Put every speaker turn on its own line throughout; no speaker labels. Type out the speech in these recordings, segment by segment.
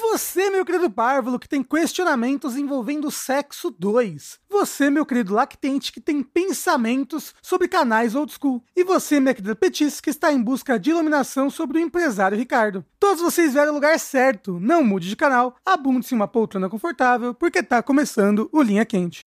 Você, meu querido párvulo, que tem questionamentos envolvendo sexo 2. Você, meu querido lactente, que tem pensamentos sobre canais old school. E você, minha querida Petis, que está em busca de iluminação sobre o empresário Ricardo. Todos vocês vieram ao lugar certo. Não mude de canal, abunde-se em uma poltrona confortável, porque tá começando o Linha Quente.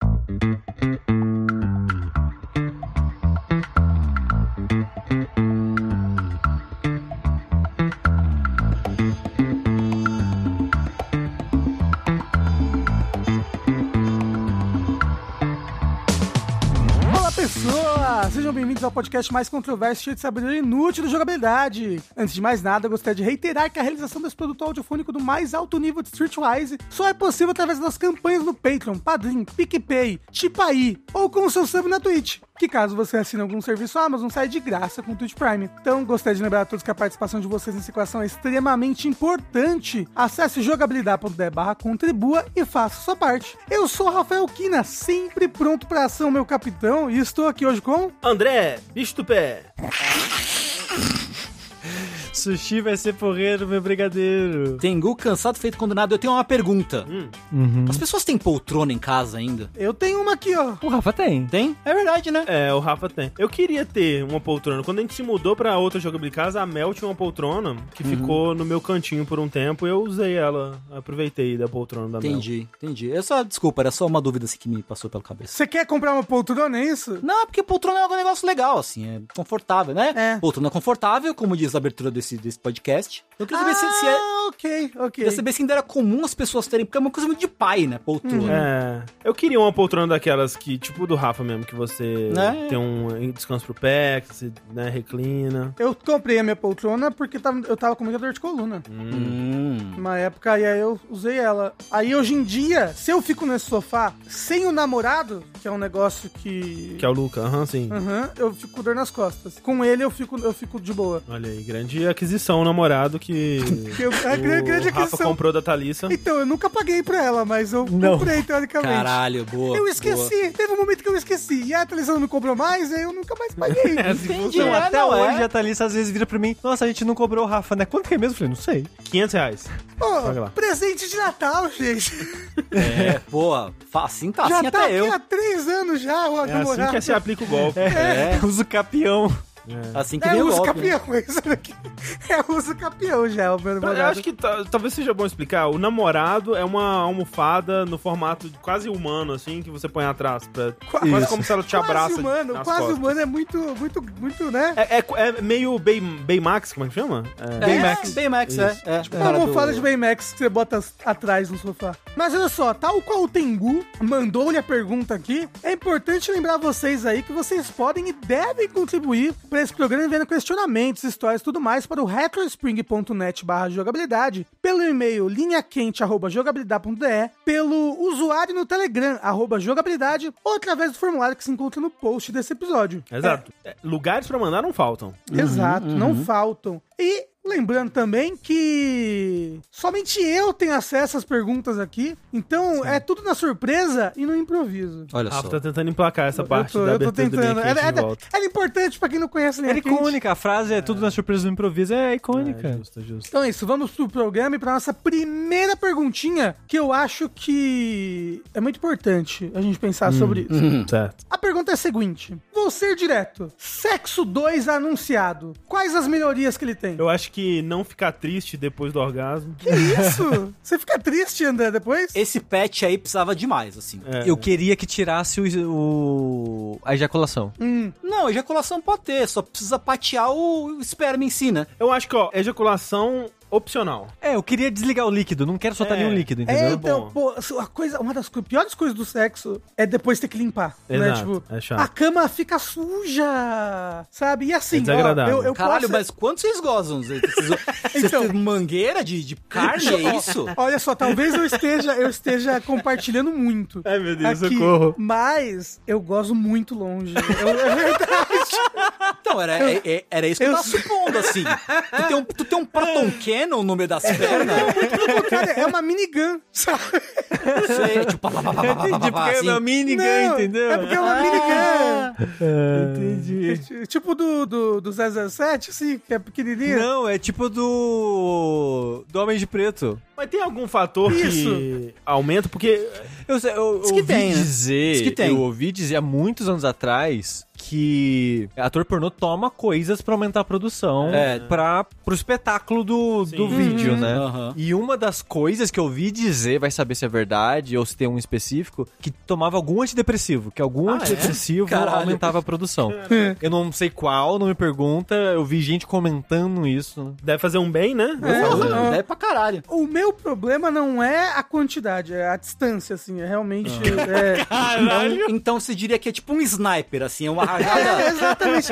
Olá, pessoas! Sejam bem-vindos ao podcast mais controverso cheio de sabedoria inútil da jogabilidade. Antes de mais nada, eu gostaria de reiterar que a realização desse produto audiofônico do mais alto nível de Streetwise só é possível através das campanhas no Patreon, Padrim, PicPay, Tipaí ou com o seu sub na Twitch. Que caso você assine algum serviço Amazon, sai de graça com o Twitch Prime. Então, gostaria de lembrar a todos que a participação de vocês nessa equação é extremamente importante. Acesse jogabilidade.de barra contribua e faça sua parte. Eu sou o Rafael Kina, sempre pronto pra ação, meu capitão, e estou aqui hoje com...
André, bicho do pé.
Sushi vai ser porreiro, meu brigadeiro.
Tengu cansado, feito condenado. Eu tenho uma pergunta.
Uhum.
As pessoas têm poltrona em casa ainda?
Eu tenho uma aqui, ó.
O Rafa tem.
Tem? É verdade, né?
É, o Rafa tem. Eu queria ter uma poltrona. Quando a gente se mudou pra outra jogabilidade de casa, a Mel tinha uma poltrona
Uhum.
que ficou no meu cantinho por um tempo e eu usei ela. Aproveitei da poltrona da Mel.
Entendi, entendi. Eu só, desculpa, era só uma dúvida assim, que me passou pela cabeça.
Você quer comprar uma poltrona, é isso?
Não, porque poltrona é um negócio legal, assim, é confortável, né?
É.
Poltrona confortável, como diz a abertura desse, desse podcast. Eu queria saber se, se é.
Ah, ok, ok.
Queria saber se ainda era comum as pessoas terem, porque é uma coisa muito de pai, né? Poltrona.
Uhum.
É. Eu queria uma poltrona daquelas que, tipo do Rafa mesmo, que você
É.
Né?
tem um descanso pro pé, que você né, reclina.
Eu comprei a minha poltrona porque tava- eu tava com muita dor de coluna.
Hum.
Uma época, e aí eu usei ela. Aí hoje em dia, se eu fico nesse sofá sem o namorado, que é um negócio que.
Que é o Luca, aham, sim.
Uhum.
Aham, eu fico com dor nas costas. Com ele eu fico, eu fico de boa.
Olha aí, grande aquisição, o namorado que.
Eu, é grande, grande
o Rafa
aquisição.
comprou da Thalissa.
Então, eu nunca paguei pra ela, mas eu
Não.
comprei, teoricamente.
Caralho, boa.
eu esqueci, teve um momento que eu esqueci. E a televisão não me cobrou mais, aí eu nunca mais paguei.
Entendi,
Então,
é,
até
não
hoje
é.
a Thalissa às vezes vira pra mim, nossa, a gente não cobrou o Rafa, né? Quanto que é mesmo? Eu falei, não sei.
500 reais. Olha
Pô,
lá.
presente de Natal, gente.
É, pô, fa- assim
Ah,
tá,
já
assim
tá
até
aqui
eu.
há três anos já, o
É assim
namorado.
que se aplica o golpe.
É.
Uso capião.
Assim que
É
vem o
uso
golpe, né?
campeão, isso daqui. É uso campeão já, o meu
Pra-
namorado.
Eu acho que ta- talvez seja bom explicar. O namorado é uma almofada no formato de quase humano, assim, que você põe atrás. Pra...
Quase-
Quase como se ela te abraça.
Quase humano,
nas
quase
costas.
humano é muito, muito, muito, né?
É, é- é meio Bay, Baymax, como é que chama? É.
Baymax. Baymax, é.
Isso.
é.
É
Cara
uma
do-
almofada de Baymax que você bota as- atrás no sofá. Mas olha só, tal qual o Tengu mandou-lhe a pergunta aqui, é importante lembrar vocês aí que vocês podem e devem contribuir para esse programa enviando questionamentos, histórias e tudo mais para o retrospring.net barra jogabilidade, pelo e-mail linhaquente.jogabilidade.de, pelo usuário no Telegram, arroba jogabilidade, ou através do formulário que se encontra no post desse episódio.
Exato. É, lugares pra mandar não faltam.
Exato,
uhum.
não faltam. E lembrando também que somente eu tenho acesso às perguntas aqui, então é tudo na surpresa e no improviso.
Olha
Rafa
só.
tá tentando emplacar essa parte
eu tô,
da
eu tô
abertura
tentando.
do Linha
Ela,
Quente de
ela-
volta.
ela é importante pra quem não conhece nem
Era icônica, a frase é tudo na surpresa do improviso, é icônica.
É, justo, justo.
Então é isso, vamos pro programa e pra nossa primeira perguntinha, que eu acho que é muito importante a gente pensar
Hum,
sobre isso.
Certo.
A pergunta é a seguinte: vou ser direto. Sexo 2 anunciado. Quais as melhorias que ele tem?
Eu acho que não ficar triste depois do orgasmo.
Que isso? Você fica triste, André, depois?
Esse patch aí precisava demais, assim.
É.
Eu queria que tirasse o, o- a ejaculação.
Hum.
Não, ejaculação pode ter, só precisa patear o esperma em si, né?
Eu acho que, ó, ejaculação opcional.
É, eu queria desligar o líquido, não quero soltar
É.
nenhum líquido, entendeu?
É,
Entendeu?
então,
Bom.
pô, a coisa, uma das co- piores coisas do sexo é depois ter que limpar, né?
Exato,
Tipo,
é chato.
a cama fica suja, sabe? E assim,
É desagradável.
eu, eu
Caralho,
posso...
mas quanto vocês gozam? Vocês precisam- Vocês
Então.
têm mangueira de, de carne, é isso?
Olha só, talvez eu esteja, eu esteja compartilhando muito.
Ai, meu É, Deus,
aqui,
socorro.
Mas eu gozo muito longe. Eu-
Então, era, é- é- era isso que eu,
eu
tava supondo, assim. Tu tem um, tu tem um Proton Cannon no meio das pernas?
Pô, cara, é uma minigun, sabe?
Sei, tipo, pá, pá, pá, pá, pá, pá, pá,
Entendi,
pá,
porque
assim.
é uma minigun,
Não,
entendeu?
É porque é uma minigun.
Entendi.
Tipo do, do, do 007, assim, que é pequenininho.
Não, é tipo do. do Homem de Preto.
Mas tem algum fator
Isso.
que aumenta? Porque
Eu, sei- eu- eu
Diz que
ouvi
tem, né?
dizer,
Diz que tem.
eu ouvi dizer há muitos anos atrás que ator pornô toma coisas pra aumentar a produção,
É. Uhum.
para pro espetáculo do,
Sim.
do vídeo, né?
Aham.
E uma das coisas que eu ouvi dizer, vai saber se é verdade ou se tem um específico, que tomava algum antidepressivo, que algum
Ah, é?
antidepressivo
Caralho.
aumentava a produção.
É.
Eu não sei qual, não me pergunta, eu vi gente comentando isso. né?
deve fazer um bem, né?
É.
Porra,
Não.
É pra caralho.
O meu problema não é a quantidade, é a distância, assim. É realmente. é-
Ah.
Então, então você diria que é tipo um sniper, assim, é uma
É,
rajada.
exatamente.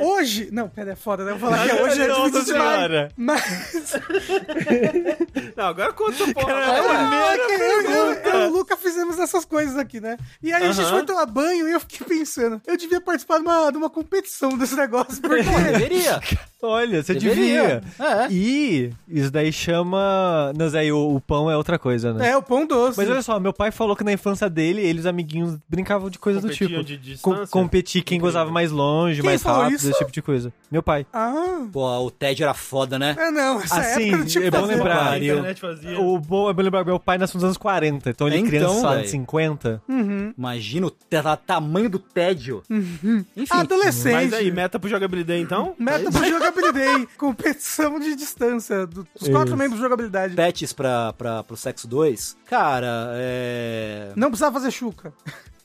Hoje. Não, pera, é foda, né? Eu vou falar que hoje é
Nossa
difícil demais.
senhora.
Mas.
É
Não, agora conta o porra.
É,
Ué,
é que eu, eu, eu e o Luca fizemos essas coisas aqui, né? E aí a gente foi tomar banho e eu fiquei pensando, eu devia participar de uma, de uma competição desse negócio, porque.
Deveria.
Olha, você
Deveria.
devia.
É.
E isso daí chama. Não, Zé, o, o pão é outra coisa, né?
É, o pão doce.
Mas olha só, meu pai falou que na infância dele, ele e os amiguinhos brincavam de coisas do
Competiam
tipo.
de distância?
Com, competir quem gozava mais longe,
Quem
mais
falou
rápido,
isso?
esse tipo de coisa. Meu pai.
Ah,
Pô, o Ted era foda, né?
é não, essa
Assim,
época não tinha
é
que
bom
fazer.
lembrar.
A internet fazia.
O bom é bom lembrar, meu pai nasceu nos anos 40, então ele
É,
Então,
criança lá
véi.
de 50.
Uhum.
Imagina o ta- tamanho do tédio. Enfim.
Ah, Adolescente.
Mas aí, meta pro jogabilidade então?
Meta pro jogabilidade, competição de distância do- dos quatro membros de jogabilidade.
Patches pra, pra, pro sexo 2, cara, é.
Não precisava fazer chuca.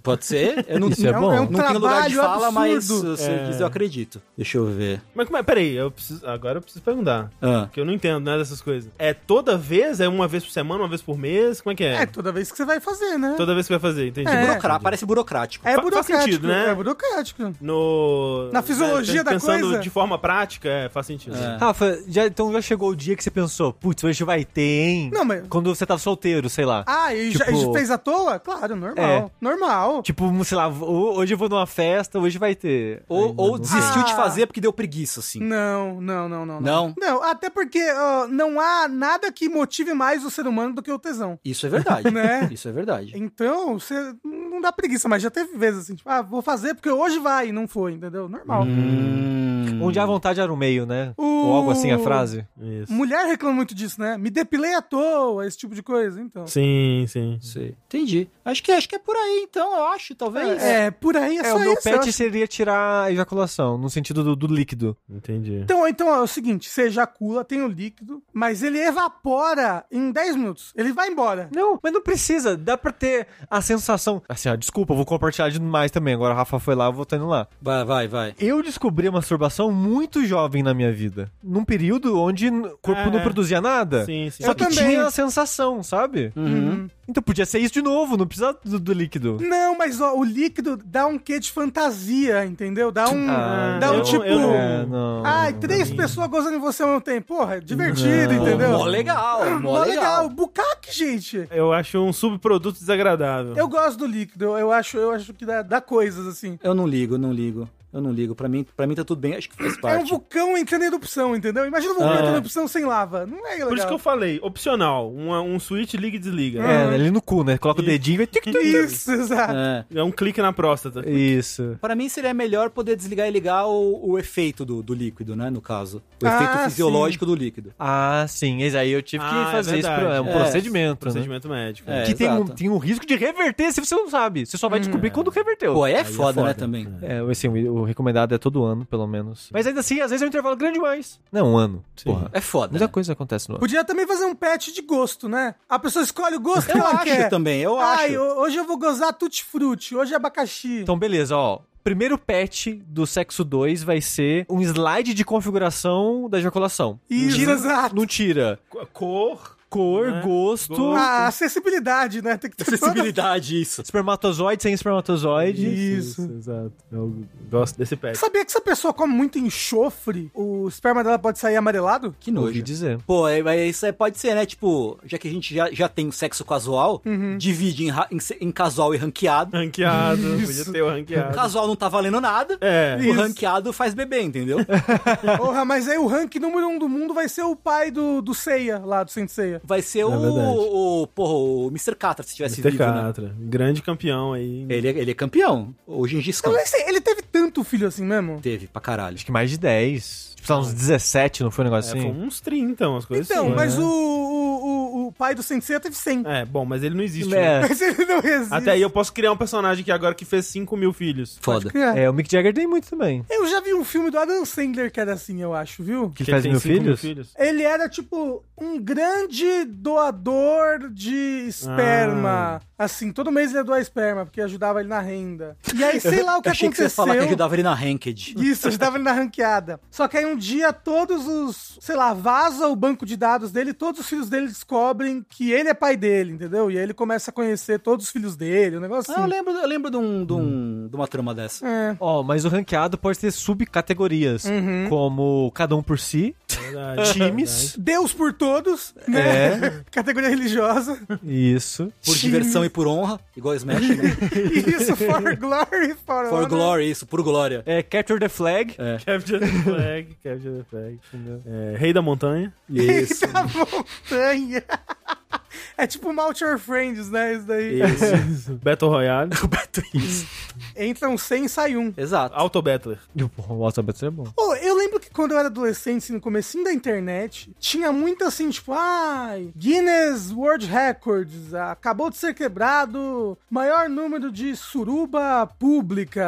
Pode ser? Eu não,
Isso é
não,
bom.
é um
não tenho lugar
trabalho
de fala, mas se
absurdo.
você quiser, eu acredito. É. Deixa eu ver.
Mas como é? Peraí, eu preciso, agora eu preciso perguntar.
Ah.
Porque eu não entendo nada dessas coisas. É toda vez? É uma vez por semana, uma vez por mês? Como é que é?
É, toda vez que você vai fazer, né?
Toda vez que vai fazer, entendi.
É.
Burocra- Parece burocrático.
É
Fa- faz
burocrático.
sentido, né?
É burocrático.
No...
Na fisiologia
né,
da
pensando
coisa?
de forma prática, é, faz sentido.
É.
Rafa, já, então já chegou o dia que você pensou, putz, hoje vai ter, hein?
Não, mas-
Quando você tava solteiro, sei lá.
Ah, e já,
Tipo-
e fez à toa? Claro, normal.
É.
Normal.
Tipo, sei lá, ho- hoje eu vou numa festa, hoje vai ter.
Ou,
Ai,
ou
não sei.
desistiu de
Ah.
fazer porque deu preguiça, assim.
Não, não, não, não.
Não?
Não, até porque ó, não há nada que motive mais o ser humano do que o tesão.
Isso é verdade.
Né?
Isso é verdade.
Então, você não dá preguiça, mas já teve vezes assim, tipo, ah, vou fazer porque hoje vai e não foi, entendeu? Normal.
Hum.
Onde a vontade era o meio, né?
O-
Uhum. Ou algo assim, a
Uh,
frase.
Isso.
Mulher reclama muito disso, né? Me depilei à toa, esse tipo de coisa, então.
Sim, sim.
Sei. Entendi. Acho que, acho que é por aí, então, eu acho, talvez.
É, por aí é,
É,
só
o meu
isso. eu
pet
acho.
seria tirar a ejaculação, no sentido do, do líquido.
Entendi.
Então, então ó, é o seguinte, você ejacula, tem o líquido, mas ele evapora em 10 minutos. Ele vai embora.
Não, mas não precisa. Dá pra ter a sensação. Assim, ó, desculpa, eu vou compartilhar demais também. Agora a Rafa foi lá, eu vou tá indo lá.
Vai, vai, vai.
Eu descobri a masturbação muito jovem na minha vida. Num período onde n- o corpo
É.
não produzia nada.
Sim, sim.
Então, Só
Eu
que
também.
tinha a sensação, sabe?
Uhum.
Então podia ser isso de novo, não precisa do, do líquido.
Não, mas ó, o líquido dá um quê de fantasia, entendeu? Dá um.
Ah,
dá um
eu-
tipo.
eu não- Ah,
É, não.
Ai, três pessoas gozando em você ao mesmo tempo. Porra, é divertido,
Não.
entendeu? Ah,
Mó legal, mó,
Mó
legal.
Bucaque, gente.
Eu acho um subproduto desagradável.
Eu gosto do líquido, eu, eu acho, eu acho que dá, dá coisas assim.
Eu não ligo, não ligo. Eu não ligo. Pra mim, pra mim tá tudo bem. Acho que faz
É um
parte. Ah.
vulcão entrando em erupção, entendeu? Imagina um vulcão entrando em erupção sem lava. Não é legal.
Por isso que eu falei, opcional. Um, um switch liga e desliga.
É, ali no cu, né? Coloca o dedinho e vai. tic, tic, tic.
Isso, exato.
É.
É um clique na próstata.
Isso.
Pra mim seria melhor poder desligar e ligar o, o efeito do, do líquido, né? No caso. O
Ah,
efeito
sim.
fisiológico do líquido.
Ah, sim. Esse aí eu tive
Ah, é
que fazer isso.
verdade.
pro- É um
É,
procedimento. Né?
Procedimento médico.
É.
que tem um,
exato.
tem um risco de reverter se você não sabe. Você só vai descobrir quando reverteu.
Pô, aí é,
Aí é
foda, né,
foda.
também.
É, assim, o o recomendado é todo ano, pelo menos. Mas ainda assim, às vezes é um intervalo grande demais. Não, um ano. Porra.
É foda,
Muita
né?
coisa acontece no ano.
Podia também fazer um patch de gosto, né? A pessoa escolhe o gosto que
Eu
ela
acho
quer.
também, eu
Ai,
acho.
ho- hoje eu vou gozar tutti-frutti, hoje é abacaxi.
Então, beleza, ó. Primeiro patch do sexo 2 vai ser um slide de configuração da ejaculação.
Isso,
tira,
exato. Ah,
Não tira.
Co- Cor.
Cor,
Né?
gosto,
Gosto.
A acessibilidade, né? Tem que ter toda-
Acessibilidade, isso.
espermatozoide sem espermatozoide.
Isso.
Exato. Eu gosto desse pet.
Sabia que se a pessoa come muito enxofre, o esperma dela pode sair amarelado?
Que
Ouvi
nojo.
dizer.
Pô, é- é- isso aí pode ser, né? Tipo, já que a gente já, já tem o sexo casual, divide em, ra- em se- em casual e ranqueado.
Ranqueado. Podia ter o
O
ranqueado.
casual não tá valendo nada,
É.
o ranqueado faz bebê, entendeu?
Porra, mas aí o rank número um do mundo vai ser o pai do, do Seiya, lá do Saint Seiya.
vai ser o,
verdade.
o. Porra, o Mr. Catra, se tivesse
Mr.
vivo, né?
Catra, grande campeão aí.
Ele, é- ele é campeão. O Gengis
Eu
Khan
nem sei, Então, ele teve tanto filho assim mesmo?
teve pra caralho.
Acho que mais de 10. Tipo, sei lá, uns 17, não foi um
É,
negócio
foi
assim?
uns 30, umas coisas
Então,
assim.
mas
né?
o, o, o- o pai do Sensei teve 100.
É, bom, mas ele não existe. né?
É,
Mas ele não resiste.
Até aí eu posso criar um personagem aqui agora que fez 5 mil filhos.
Foda. É.
É.
é, o Mick Jagger tem muito também.
Eu já vi um filme do Adam Sandler que era assim, eu acho, viu?
Que ele faz
tem
mil
cinco
filhos?
Ele era, tipo, um grande doador de esperma.
Ah.
Assim, todo mês ele ia doar esperma, porque ajudava ele na renda. E aí, sei lá o que
Eu achei que você
aconteceu.
ia falar que ajudava ele na Ranked.
Isso, ajudava ele na ranqueada. Só que aí um dia todos os, sei lá, vaza o banco de dados dele, todos os filhos dele descobrem que ele é pai dele, entendeu? E aí ele começa a conhecer todos os filhos dele, o um negócio
Ah, eu
assim.
lembro, eu lembro de, um, de,
Hum.
um- de uma trama dessa.
É.
Ó, mas o ranqueado pode ter subcategorias, como cada um por si,
É Verdade,
times,
Deus por todos, né? Categoria religiosa.
isso.
Por diversão e por honra, igual Smash. né?
Isso, for glory, for,
For
honor.
glory, isso, por glória.
É, Capture the Flag.
É.
Capture the Flag, Capture the Flag. É, Rei da Montanha.
Isso.
da montanha. É tipo Mount Your Friends, né? Isso daí.
Isso. Battle Royale.
Entram 100 e sai um.
Exato.
Auto Battler.
E o- O WhatsApp é bom.
Pô, eu lembro que quando eu era adolescente, assim, no comecinho da internet, tinha muito assim, tipo, ai, Guinness World Records, acabou de ser quebrado, maior número de suruba pública,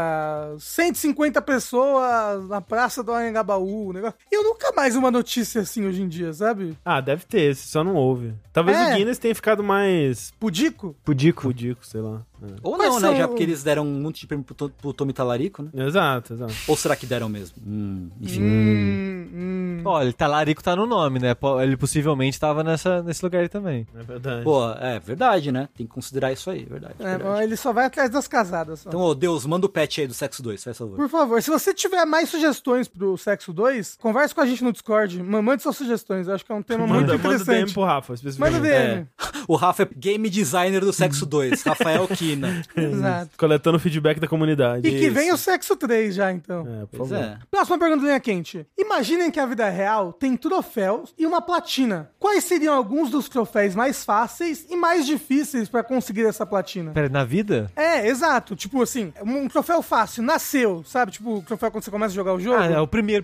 150 pessoas na Praça do Anhangabaú, o negócio. E eu nunca mais vi uma notícia assim hoje em dia, sabe?
Ah, deve ter, esse só não houve. Talvez
É.
o Guinness tenha ficado mais
Pudico?
Pudico.
pudico, sei lá. É.
Ou
Quais
não, né?
são-
Já porque eles deram um monte de prêmio pro, To- pro Tommy Talarico, né?
É. Exato, exato.
Ou será que deram mesmo? Hum, enfim.
Hum, hum.
Olha, talarico tá no nome, né? Po- Ele possivelmente tava nessa, nesse lugar aí também.
É verdade.
Pô, é verdade, né? Tem que considerar isso aí, verdade.
É,
verdade.
mas ele só vai atrás das casadas. só.
Então, ô Deus, manda o patch aí do Sexo 2, faz favor.
Por favor, se você tiver mais sugestões pro Sexo 2, converse com a gente no Discord. Ma- Mande suas sugestões, eu acho que é um tema muito
manda, manda o DM
interessante.
pro Rafa,
Manda
especificamente.
o DM.
O Rafa é game designer do Sexo 2, Rafael Kina.
Exato.
É. Coletando feedback da comunidade.
E que vem o Sexo 3 já, então.
É, por
Pois
favor.
é.
Próxima pergunta do Linha Quente. Imaginem que a vida real tem troféus e uma platina. Quais seriam alguns dos troféus mais fáceis e mais difíceis pra conseguir essa platina?
Pera, na vida?
É, exato. Tipo assim, um troféu fácil, nasceu, sabe? Tipo, o troféu quando você começa a jogar o jogo.
Ah, é o primeiro.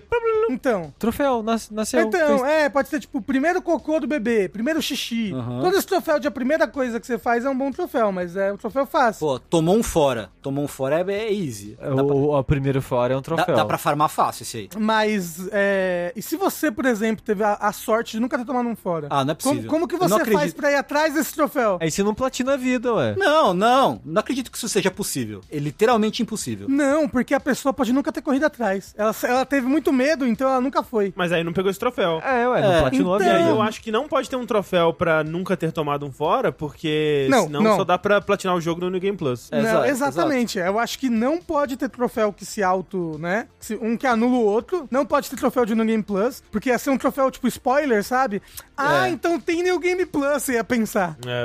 Então,
Troféu, nas- nasceu.
Então,
fez-
é, pode ser tipo o primeiro cocô do bebê, primeiro xixi.
Aham.
Todo esse troféu de a primeira coisa que você faz é um bom troféu, mas é um troféu fácil.
Pô, tomou um fora. Tomou um fora é, é easy. Dá pra,
O, o primeiro fora é um
dá,
troféu.
dá pra farmar fácil esse aí.
Mas, é, e se você, por exemplo, teve a, a sorte de nunca ter tomado um fora?
Ah, não é possível.
Como, como que
Eu não
você faz
acredito. É
pra ir atrás desse troféu?
Aí você não platina a vida, ué.
Não, não. Não acredito que isso seja possível. É literalmente impossível.
Não, porque a pessoa pode nunca ter corrido atrás. Ela, ela teve muito medo, então ela nunca foi.
Mas aí não pegou esse troféu.
É, ué, não
É,
platinou
então-
a
E aí
vida.
eu acho que não pode ter um troféu pra nunca ter tomado um fora, porque
Não,
senão
não.
só dá pra platinar o jogo no New Game Plus.
É,
não,
exato,
exatamente. Eu acho que não pode ter troféu que se auto, né? Se- Um que anula o outro. Não pode ter troféu de New Game Plus, porque ia ser um troféu tipo spoiler, sabe? Ah,
É.
então tem New Game Plus, você ia pensar.
É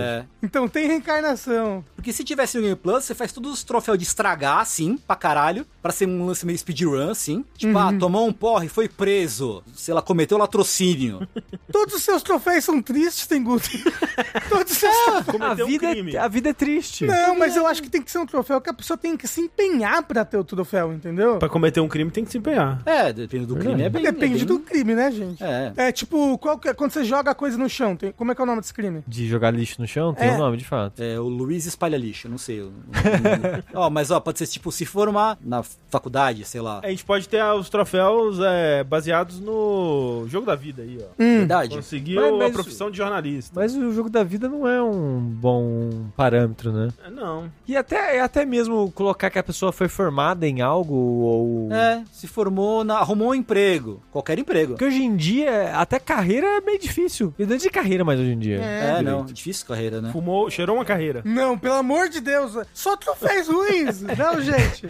É.
Então tem reencarnação.
Porque se tivesse no Game Plus, você faz todos os troféus de estragar, assim, pra caralho, pra ser um lance meio speedrun, assim. Tipo, ah, tomou um porre, foi preso. Sei lá, cometeu latrocínio.
Todos os seus troféus são tristes, Tenguti. Todos os seus
É.
troféus.
A
Cometeu um
vida,
crime.
é, a vida é triste.
Não, mas eu acho que tem que ser um troféu que a pessoa tem que se empenhar pra ter o troféu, entendeu?
Pra cometer um crime tem que se empenhar.
é, depende do crime. É bem,
Depende
é bem-
do crime, né, gente?
É.
É, tipo, qual que é- quando você joga a coisa no chão, tem- como é que é o nome desse crime?
De jogar lixo no chão? Tem
É.
um nome, de fato.
É, o Luiz espalha lixo, não sei. eu- ó, mas ó, pode ser tipo se formar na faculdade, sei lá.
A gente pode ter os troféus é, baseados no jogo da vida aí, ó.
Hum.
Verdade?
Conseguiu
Mas- mas-
a profissão de jornalista.
Mas o jogo da vida não é um bom parâmetro, né?
É, Não.
E até, e até mesmo colocar que a pessoa foi formada em algo ou.
É, se formou, na, arrumou um emprego. Qualquer emprego.
Porque hoje em dia, até carreira é meio difícil. E não é de carreira mais hoje em dia.
É, não. Difícil carreira, né?
Fumou, cheirou uma carreira.
Não, pelo amor de Deus, só troféus ruins. Não, gente.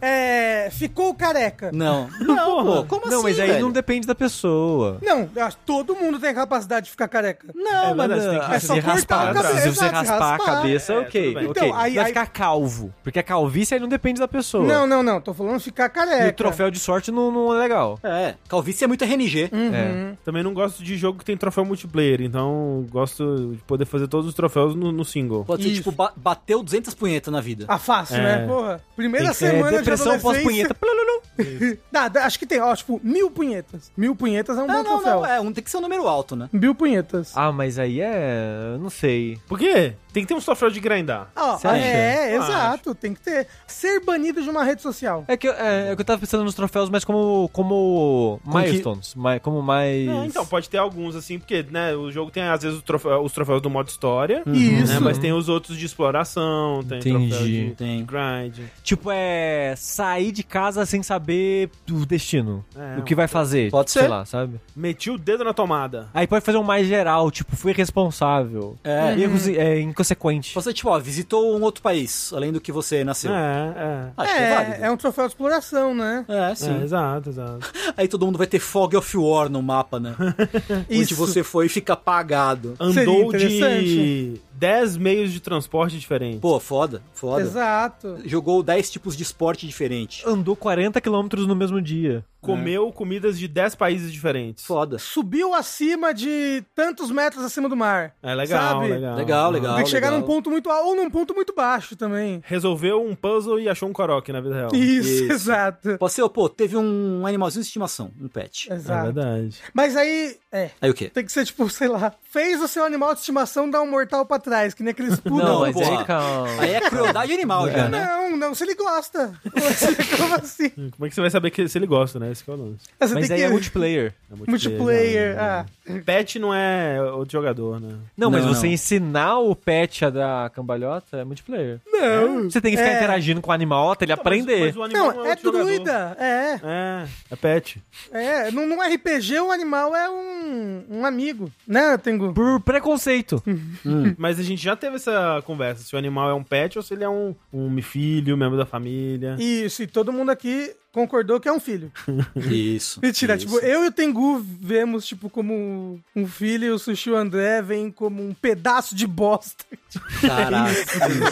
É, ficou careca.
Não. Não, pô, como
não,
assim?
mas aí
velho?
não depende da pessoa.
Não, eu acho que todo mundo tem a capacidade de ficar careca.
Não,
É
mano.
verdade, tem que
é
se
só cortar
raspar
a
atrás.
cabeça. Se você
Exato, se
raspar a
raspar.
cabeça,
É,
ok.
tudo bem.
ok.
Então, aí-
vai
aí-
ficar calvo. Porque a calvície aí não depende da pessoa.
Não, é, não, não. Tô falando ficar careca.
E o troféu de sorte não, não é legal.
É, calvície é muito RNG.
Uhum.
É.
Também não gosto de jogo que tem troféu multiplayer, então gosto de poder fazer todos os troféus no, no single.
Pode ser,
Isso.
tipo, ba- bateu 200 punhetas na vida.
Ah, fácil,
É.
né? Porra.
Tem
Primeira
que ser
semana
depressão
de adolescência.
pós-punheta. Plululu.
Dá, dá, acho que tem, ó, tipo, mil punhetas. Mil punhetas é um
não,
bom
não,
troféu.
não, é, um, tem que ser um número alto, né?
Mil punhetas.
Ah, mas aí é. eu Não sei.
Por quê? Tem que ter uns troféus de grindar.
Ó,
Você acha?
é,
Eu
exato, tem que ter. Ser banido de uma rede social.
É que, eu- é, é que eu tava pensando nos troféus, mas como. como. milestones. mai- como mais.
Não, então, pode ter alguns, assim, porque, né, o jogo tem, às vezes, o troféu- os troféus do modo história,
Uhum. Isso.
né, mas tem os outros de exploração, tem troféu
Entendi.
de
Tem.
grind.
Tipo, é. sair de casa sem saber o destino.
É,
o que vai fazer.
Pode
sei
ser.
lá, sabe?
Meti o dedo na tomada.
Aí pode fazer um mais geral, tipo, fui responsável.
É.
Erros é, inconsequentes.
Você, tipo, ó, visitou um outro país, além do que você nasceu.
É,
Acho que é válido.
É, é um troféu de exploração, né?
É,
é. é
sim.
exato, exato.
Aí todo mundo vai ter Fog of War no mapa, né? Onde
Isso.
você foi e fica apagado.
Seria
Andou de
interessante.
10 meios de transporte diferentes.
Pô, foda, foda.
Exato.
Jogou 10 tipos de esporte diferente.
Andou 40 quilômetros no mesmo dia.
né?
Comeu comidas de 10 países diferentes.
Foda.
Subiu acima de tantos metros acima do mar.
É legal,
Sabe?
legal.
Legal, legal.
Ah, tem que chegar
Ah, legal.
num ponto muito alto ou num ponto muito baixo também.
Resolveu um puzzle e achou um coroque na vida real.
Isso,
Então, Isso.
exato.
Pode ser, pô, teve um animalzinho de estimação, um pet.
É
Exato.
verdade.
Mas aí, é,
Aí o quê?
tem que ser tipo, sei lá, fez o seu animal de estimação dar um mortal pra trás, que nem aqueles pulos.
Não,
mas
pô.
aí calma.
Aí é crueldade animal já, né?
Não, não, se ele gosta. Como assim?
Como é que você vai saber que- se ele gosta, né? Esse que é o lance.
Você
Mas
tem
aí
que...
é multiplayer.
É
Multiplayer,
né?
ah.
Pet não é outro jogador, né?
Não, mas
Não,
você
não.
ensinar o pet a dar cambalhota é multiplayer. Então,
Não.
Você tem que ficar
É.
interagindo com o animal até ele aprender.
Mas o animal
Não, é
outro jogador.
druida. É,
É, é pet.
é. Num, num RPG, o animal é um, um amigo, né, Tengu?
Por preconceito.
Mas a gente já teve essa conversa, se o animal é um pet ou se ele é um, um filho, membro da família.
Isso, e todo mundo aqui concordou que é um filho.
Isso.
Mentira,
isso.
tipo, eu e o Tengu vemos, tipo, como um filho e o Sushi e o André vêm como um pedaço de bosta.
Caraca.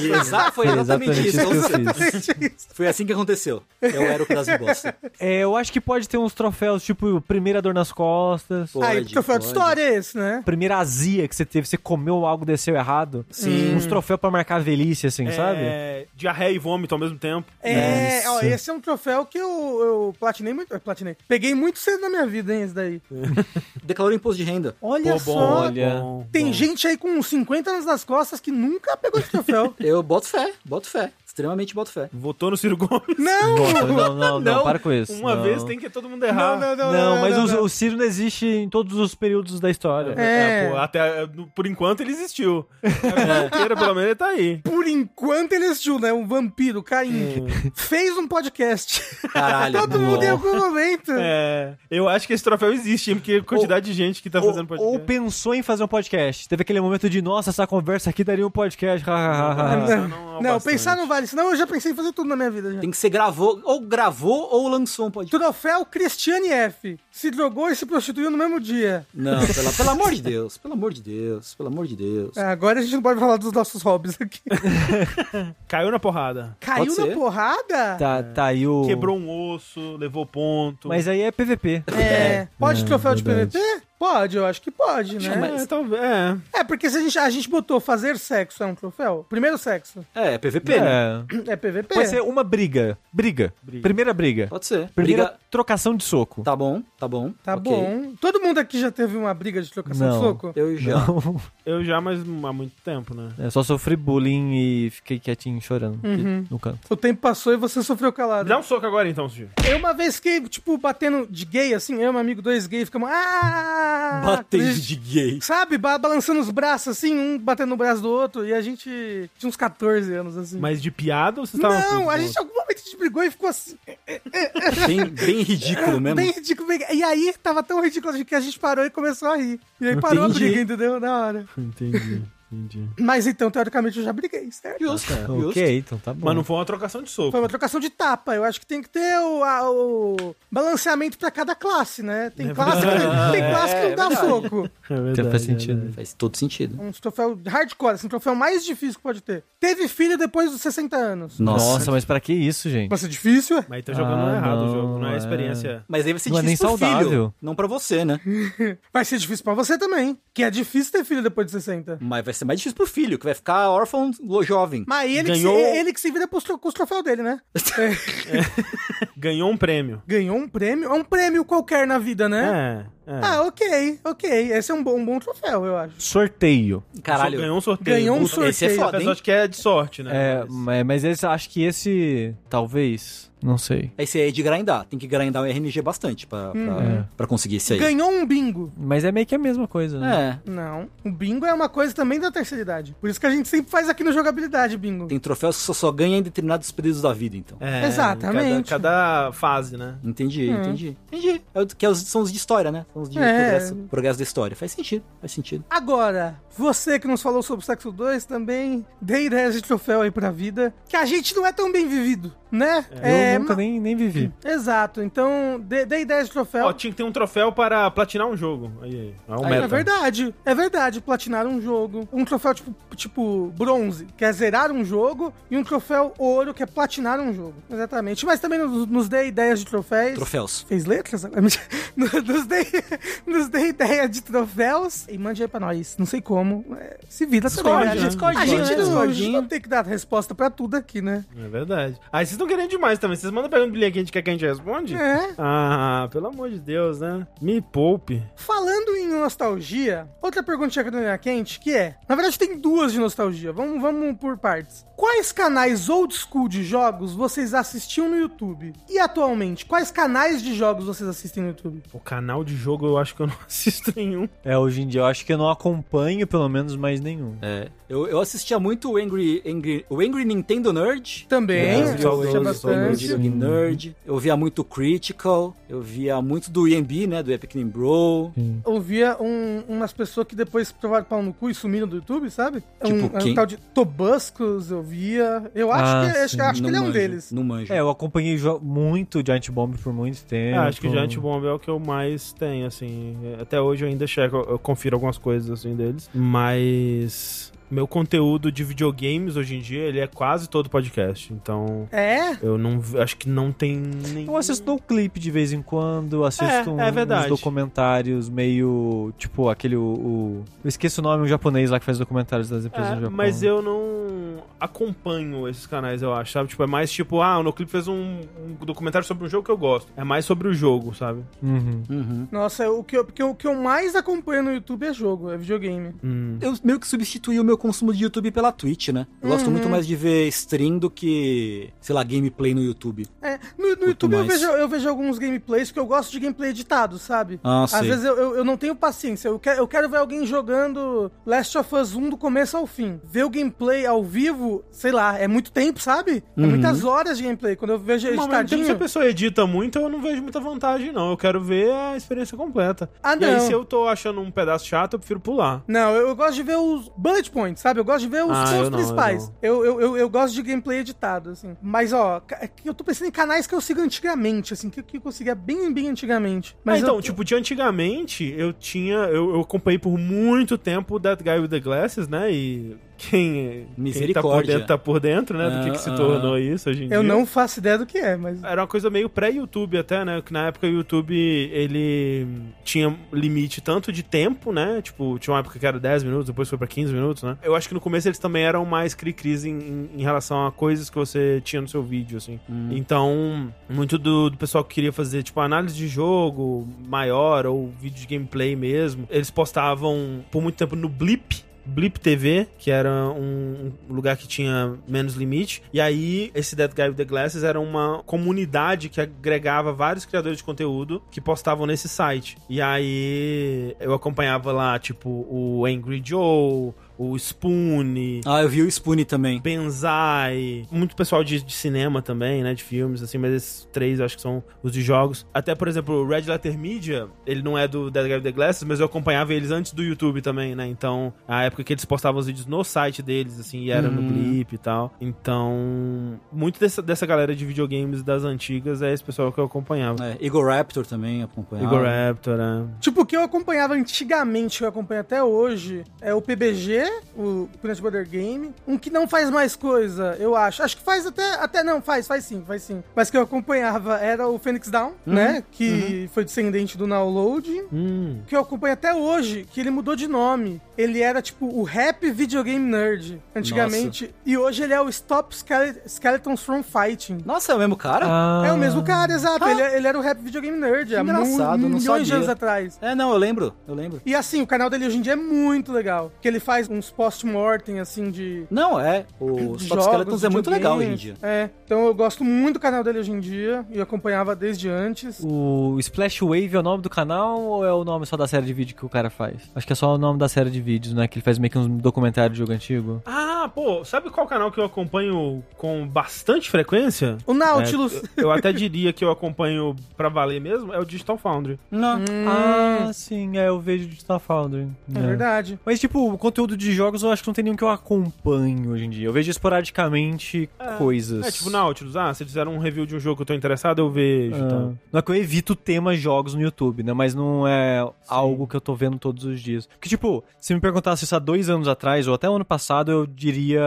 Exa- Foi exatamente isso.
Exatamente isso.
Foi assim que aconteceu. Eu era o pedaço de bosta.
É, eu acho que pode ter uns troféus, tipo, primeira dor nas costas,
Pô.
Aí,
Pode,
que troféu de
pode.
história é esse, né?
primeira azia que você teve, você comeu algo, desceu errado.
Sim.
Uns troféus pra marcar a velhice, assim, sabe?
É, diarreia e vômito ao mesmo tempo.
É,
Né?
ó,
Nossa.
esse é um troféu que eu, eu platinei muito. eu platinei. Peguei muito cedo na minha vida, hein, esse daí.
Declarou imposto de renda.
Olha
Pô,
só.
olha.
bom,
Tem
bom.
gente aí com 50 anos nas costas que nunca pegou esse troféu.
Eu boto fé, boto fé. Extremamente boto fé.
Votou no Ciro Gomes.
não!
Nossa, não, não, não,
Não,
para com isso.
Uma
não.
vez tem que todo mundo errar.
Não, não, não,
Não,
não, não,
mas
não,
o,
não.
o Ciro não existe em todos os períodos da história.
É,
É.
pô, até, no- por enquanto ele existiu. A Junqueira, pelo menos, ele tá aí.
Por enquanto ele existiu, né? Um vampiro, carinho. Fez um podcast.
Caralho.
Todo mundo em
não.
algum momento.
É, eu acho que esse troféu existe, hein, porque a quantidade de gente que tá fazendo
Ou, ou
podcast.
pensou em fazer um podcast. Teve aquele momento de, nossa, essa conversa aqui daria um podcast. ha, ha, ha, ha.
Não,
pensar não é o
não,
bastante.
pensar não vale, senão eu já pensei em fazer tudo na minha vida. Já.
Tem que ser gravou, ou gravou ou lançou um podcast.
Troféu Cristiane F. Se drogou e se prostituiu no mesmo dia.
Não, pela- pelo amor de Deus, pelo amor de Deus, pelo amor de Deus.
É, Agora a gente não pode falar dos nossos hobbies aqui.
Caiu na porrada.
Caiu
Pode
na
ser.
porrada?
Tá, tá aí o...
É. Quebrou um osso, levou ponto.
Mas aí é PVP.
É. Pode troféu de PVP? Pode, eu acho que pode, né?
É,
mas-
talvez. É.
É, porque se a gente, a gente botou fazer sexo é um troféu. Primeiro sexo
É, é PVP, né?
É.
é PVP.
Pode ser uma briga. Briga.
Briga.
Primeira briga.
Pode ser.
Primeira
Briga.
trocação de soco.
Tá bom, tá bom.
Tá
ok.
bom. Todo mundo aqui já teve uma briga de trocação
Não.
de soco?
Eu já.
Não.
Eu já, mas há muito tempo, né?
Eu É só sofri bullying e fiquei quietinho chorando
Uhum.
no canto.
O tempo passou e você sofreu calado.
Dá um soco agora então, Sujo.
Eu uma vez fiquei, tipo, batendo de gay, assim, eu e meu amigo dois gay, ficamos. Ah!
Batendo de gay.
Sabe? Ba- balançando os braços, assim, um batendo no braço do outro, e a gente tinha uns 14 anos, assim.
Mas de piada ou você tava. puto
Não,
com
a
o
gente em algum momento a gente brigou e ficou assim,
Bem, bem ridículo mesmo.
bem ridículo. bem- E aí tava tão ridículo que a gente parou e começou a rir. E aí parou
Entendi.
a briga, entendeu? Na hora.
outro? Entendi. Entendi.
Mas então, teoricamente, eu já briguei, certo?
Justo, É, justo.
Ok, então tá bom.
Mas não foi uma trocação de soco.
Foi uma trocação de tapa. Eu acho que tem que ter o, a- o balanceamento pra cada classe, né? Tem classe que, tem classe que
É,
não dá
verdade.
soco.
É
Até
verdade,
faz
é
sentido.
Faz todo sentido.
Um troféu hardcore, assim, um troféu mais difícil que pode ter. Teve filho depois dos 60 anos.
Nossa,
Nossa.
mas pra que isso, gente?
Vai ser difícil, é?
Mas tá jogando
Ah,
errado
não,
o jogo, não é
é.
a experiência.
Mas aí vai ser
Não é
difícil
nem
pro filho,
saudável.
não pra você, né?
Vai ser difícil pra você também, que é difícil ter filho depois de 60.
Mas vai ser mais difícil pro filho, que vai ficar órfão lo- jovem.
Mas ele, que se-
Ganhou-
ele que se vira pros tro- com os troféus dele, né?
Ganhou um prêmio.
Ganhou um prêmio. É um prêmio qualquer na vida, né?
É, é.
Ah, ok, ok. Esse é um bom, um bom troféu, eu acho.
Sorteio.
Caralho.
Ganhou um sorteio.
Ganhou um
Puta,
sorteio.
Esse é foda, hein?
Apesar de que é de sorte, né?
É, mas, mas esse, acho que esse. Talvez. Não sei.
Esse aí é de grindar. Tem que grindar o RNG bastante pra, pra, pra conseguir esse aí.
Ganhou um bingo.
Mas é meio que a mesma coisa, né?
É.
Não, o bingo é uma coisa também da terceira idade. Por isso que a gente sempre faz aqui no Jogabilidade, bingo.
Tem troféus que só, só ganha em determinados períodos da vida, então.
É,
Exatamente.
Cada, cada fase, né?
Entendi, entendi. Entendi. É o- que é os- são os de história, né? São os de
É.
progresso, progresso da história. Faz sentido, faz sentido.
Agora, você que nos falou sobre o Sexo 2 também, dê ideias de troféu aí pra vida, que a gente não é tão bem vivido, né?
É. Eu nunca
ma-
nem, nem vivi.
Exato, então dê, dê ideias de troféu.
Ó, tinha que ter um troféu para platinar um jogo. Aí, aí. É um
Aí,
meta.
É verdade, é verdade. Platinar um jogo. Um troféu tipo, tipo bronze, que é zerar um jogo. E um troféu ouro, que é platinar um jogo. Exatamente. Mas também nos, nos dê ideias de troféus.
Troféus.
Fez letras? agora? Mentira. Nos dê, nos dê ideia de troféus e mande aí pra nós. Não sei como. É, se vira também.
Discord,
né? A
né?
gente, a gente
Discord, né?
não, a gente
Discordinho.
não tem que dar resposta pra tudo aqui, né?
É verdade. Aí vocês estão querendo demais também. Vocês mandam pergunta bilhete que a gente quer que a gente responde?
É.
Ah, pelo amor de Deus, né? Me poupe.
Falando em nostalgia, outra pergunta aqui do Linha Quente, que é... Na verdade, tem duas de nostalgia. Vamos, vamos por partes. Quais canais old school de jogos vocês assistiam no YouTube? E atualmente, quais canais de jogos vocês assistem no YouTube?
O canal de jogo eu acho que eu não assisto nenhum.
É, hoje em dia eu acho que eu não acompanho pelo menos mais nenhum.
É. Eu, eu assistia muito o Angry, Angry, o Angry Nintendo Nerd.
Também,
É,
eu
os
assistia
jogos old school,
Eu
bastante.
via o Nerd. Eu via muito o Critical. Eu via muito do EMB, né? Do Epic Name Bro.
Ouvia um- umas pessoas que depois provaram pau no cu e sumiram do YouTube, sabe? É um,
Tipo
é um
quem?
tal de Tobuscos, eu via. Eu acho
Ah,
que, acho,
sim.
acho que
Não
ele é um
manjo,
deles.
Não manjo.
É, eu acompanhei jo- muito Giant Bomb por muito tempo.
Ah, acho que o Giant Bomb é o que eu mais tenho, assim. Até hoje eu ainda checo, eu confiro algumas coisas, assim, deles. Mas... Meu conteúdo de videogames hoje em dia, ele é quase todo podcast. Então,
É?
eu não... Acho que não tem nem...
Eu assisto um clipe de vez em quando,
É,
assisto um,
é
uns
verdade.
documentários meio. Tipo, aquele. O, o- Eu esqueço o nome, um japonês lá que faz documentários das empresas
É,
do Japão.
mas eu não acompanho esses canais, eu acho, sabe? Tipo, é mais tipo, ah, o Noclip fez um, um documentário sobre um jogo que eu gosto. É mais sobre o jogo, sabe?
Uhum.
Uhum.
Nossa, o que, eu, porque o que eu mais acompanho no YouTube é jogo, é videogame.
Hum.
Eu meio que substituí o meu consumo de YouTube pela Twitch, né? Eu
Uhum.
gosto muito mais de ver stream do que, sei lá, gameplay no YouTube.
É, no, no YouTube eu
mais.
vejo, eu vejo alguns gameplays que eu gosto de gameplay editado, sabe?
Ah,
Às
sei.
vezes eu, eu, eu não tenho paciência. Eu quero, eu quero ver alguém jogando Last of Us 1 do começo ao fim. Ver o gameplay ao vivo, sei lá, é muito tempo, sabe?
Uhum.
É muitas horas de gameplay. Quando eu vejo
Mas, ao mesmo Um tempo, se a
editadinho.
pessoa edita muito, eu não vejo muita vantagem, não. Eu quero ver a experiência completa.
Ah,
e aí,
não.
se eu tô achando um pedaço chato, eu prefiro pular.
Não, eu, eu gosto de ver os bullet points, sabe? Eu gosto de ver os pontos
Ah, eu não, eu
principais.
não.
Eu, eu, eu, eu gosto de gameplay editado, assim. Mas, ó, ca- é que eu tô pensando em canais que eu sigo antigamente, assim, que, que eu conseguia bem, bem antigamente. Mas
Mas então,
eu-
tipo, de antigamente, eu tinha. Eu, eu acompanhei por muito tempo That Guy with the Glasses, né? E quem, quem tá por
Misericórdia.
dentro tá por dentro, né? do que, que se
Ah, ah.
tornou isso hoje em dia.
Eu não faço ideia do que é, mas.
Era uma coisa meio pré-YouTube até, né? Que na época o YouTube, ele tinha limite tanto de tempo, né? Tipo, tinha uma época que era 10 minutos, depois foi pra 15 minutos, né? Eu acho que no começo eles também eram mais cri-cris em- em, em relação a coisas que você tinha no seu vídeo, assim. Então, muito do, do pessoal que queria fazer, tipo, análise de jogo maior ou vídeo de gameplay mesmo, eles postavam por muito tempo no Blip, Blip TV, que era um um lugar que tinha menos limite. E aí, esse Dead Guy with the Glasses era uma comunidade que agregava vários criadores de conteúdo que postavam nesse site. E aí, eu acompanhava lá, tipo, o Angry Joe, o Spoon,
Ah, eu vi o Spoon também.
Benzai, muito pessoal de, de cinema também, né, de filmes, assim, mas esses três eu acho que são os de jogos. Até, por exemplo, o Red Letter Media, ele não é do Dead Guy with the Glasses, mas eu acompanhava eles antes do YouTube também, né, então, a época que eles postavam os vídeos no site deles, assim, e era no clipe e tal. Então, muito dessa, dessa galera de videogames das antigas é esse pessoal que eu acompanhava.
É, Igor Raptor também acompanhava.
Igor Raptor, né.
Tipo, o que eu acompanhava antigamente, que eu acompanho até hoje, é o PBG, o Peanut Butter Game. Um que não faz mais coisa, eu acho. Acho que faz até. Até não, faz, faz sim, faz sim. Mas que eu acompanhava era o Phoenix Down,
Uhum,
né? Que foi descendente do Download.
Hum.
Que eu acompanho até hoje, que ele mudou de nome. Ele era tipo o Rap Videogame Nerd, antigamente. E hoje ele é o Stop Skele- Skeletons from Fighting.
Nossa, é o mesmo cara?
Ah,
É o mesmo cara, exato.
Ah.
Ele, é, ele era o Rap Videogame Nerd há mu-
engraçado, não
milhões de
sabia.
anos atrás.
É, não, eu lembro, eu lembro.
E assim, o canal dele hoje em dia é muito legal. Que ele faz uns post-mortem, assim, de.
Não, é. O Stop
jogos,
Skeletons é
videogames.
muito legal hoje em dia.
É. Então eu gosto muito do canal dele hoje em dia. E eu acompanhava desde antes.
O Splash Wave é o nome do canal ou é o nome só da série de vídeo que o cara faz? Acho que é só o nome da série de vídeos, né? Que ele faz meio que um documentário de jogo antigo.
Ah, pô, sabe qual canal que eu acompanho com bastante frequência?
O Nautilus.
É,
É, Eu até diria que eu acompanho pra valer mesmo, é o Digital Foundry.
Não.
Hum.
Ah, sim, é, eu vejo Digital Foundry.
Hum,
né.
É, verdade.
Mas, tipo, o conteúdo de jogos eu acho que não tem nenhum que eu acompanho hoje em dia. Eu vejo esporadicamente coisas.
É tipo Nautilus, ah, se fizeram um review de um jogo que eu tô interessado, eu vejo.
Ah,
tá?
Não é que eu evito o tema jogos no YouTube, né? Mas não é algo que eu tô vendo todos os dias. Porque, tipo, se me perguntasse isso há dois anos atrás ou até o ano passado, eu diria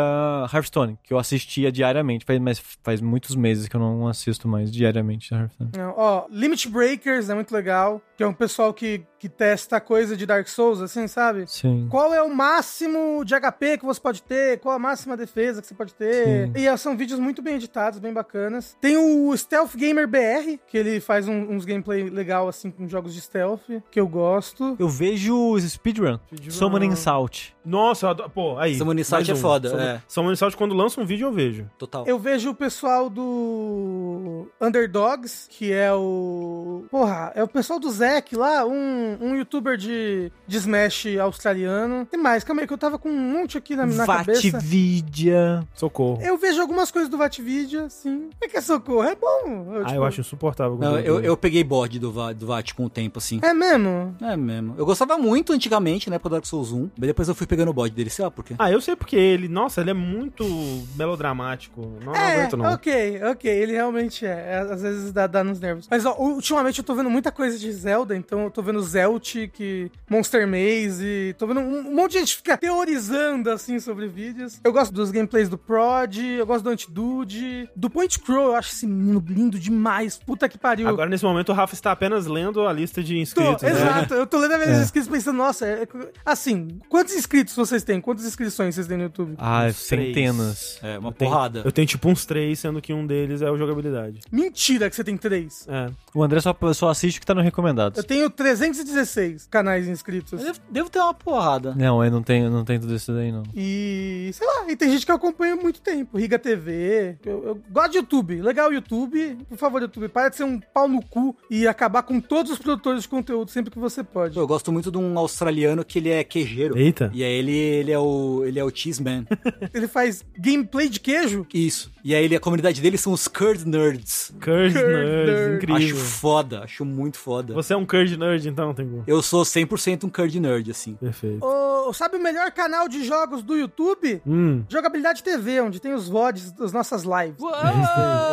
Hearthstone, que eu assistia diariamente. Faz, mas faz muitos meses que eu não assisto mais diariamente Hearthstone.
Não, ó, Limit Breakers é muito legal. Que é um pessoal que, que testa coisa de Dark Souls, assim, sabe?
Sim.
Qual é o máximo de HP que você pode ter? Qual a máxima defesa que você pode ter?
Sim.
E eh, são vídeos muito bem editados, bem bacanas. Tem o Stealth Gamer BR, que ele faz um- uns gameplay legal, assim, com jogos de stealth, que eu gosto.
Eu vejo Speedrun,
Speedrun.
Summoning Salt.
Nossa, eu adoro, pô, aí.
Summoning
mais um.
Salt é foda,
Summoning-
é.
Summoning Salt, quando lança um vídeo, eu vejo.
Total.
Eu vejo o pessoal do Underdogs, que é o. Porra, é o pessoal do Zack lá, um, um youtuber de, de Smash australiano. Tem mais, calma aí, que eu tava com um monte aqui na, na cabeça.
Vatividia.
Socorro.
Eu vejo algumas coisas do Vatvidia, sim. É que é socorro, é bom.
ah,
tipo,
eu acho insuportável.
Não,
quando um
eu, eu peguei bode do, Va- do VAT com o tempo, assim.
É mesmo?
É mesmo. Eu gostava muito antigamente, na época do Dark Souls 1. Mas depois eu fui pegando o bode dele, sei lá por quê.
Ah, eu sei porque ele, nossa, ele é muito melodramático. Não, não
é,
aguento, não.
ok, ok, ele realmente é. É, Às vezes dá, dá nos nervos. Mas ó, ultimamente eu tô vendo muita coisa de Zelda, então eu tô vendo Celtic, Monster Maze, tô vendo um, um monte de gente fica teorizando assim sobre vídeos. Eu gosto dos gameplays do Prod, eu gosto do Antidude, do Point Crow, eu acho esse menino lindo demais. Puta que pariu.
Agora, nesse momento, o Rafa está apenas lendo a lista de
Tô,
inscritos. né?
Exato, eu tô lendo a minha lista
É.
de inscritos pensando, nossa, é- é- assim, quantos inscritos vocês têm? Quantas inscrições vocês têm no YouTube?
Ah,
Uns três.
centenas.
É, uma
Eu tenho-
porrada.
Eu tenho tipo uns três, sendo que um deles é o jogabilidade.
Mentira que você tem três.
É.
O André só, só assiste o que tá no recomendado.
Eu tenho 316 canais inscritos.
Eu devo, devo ter uma porrada.
Não, eu não tenho, não tenho tudo isso daí, não.
E, sei lá, e tem gente que eu acompanho há muito tempo. Riga TV. Eu, eu gosto de YouTube. Legal, YouTube. Por favor, YouTube, para de ser um pau no cu e acabar com todos os produtores de conteúdo sempre que você pode.
Eu gosto muito de um australiano que ele é queijeiro.
Eita.
E aí ele, ele é o ele é o cheese man.
Ele faz gameplay de queijo.
Isso. E aí ele, a comunidade dele são os curd nerds.
Curd
Curd Nerd,
nerd.
incrível.
Acho foda, acho muito foda.
Você é um Curd Nerd, então, Tengu?
Eu sou 100% um curd nerd, assim.
Perfeito.
Ô, sabe o melhor canal de jogos do YouTube?
Hum,
Jogabilidade TV, onde tem os VODs das nossas lives.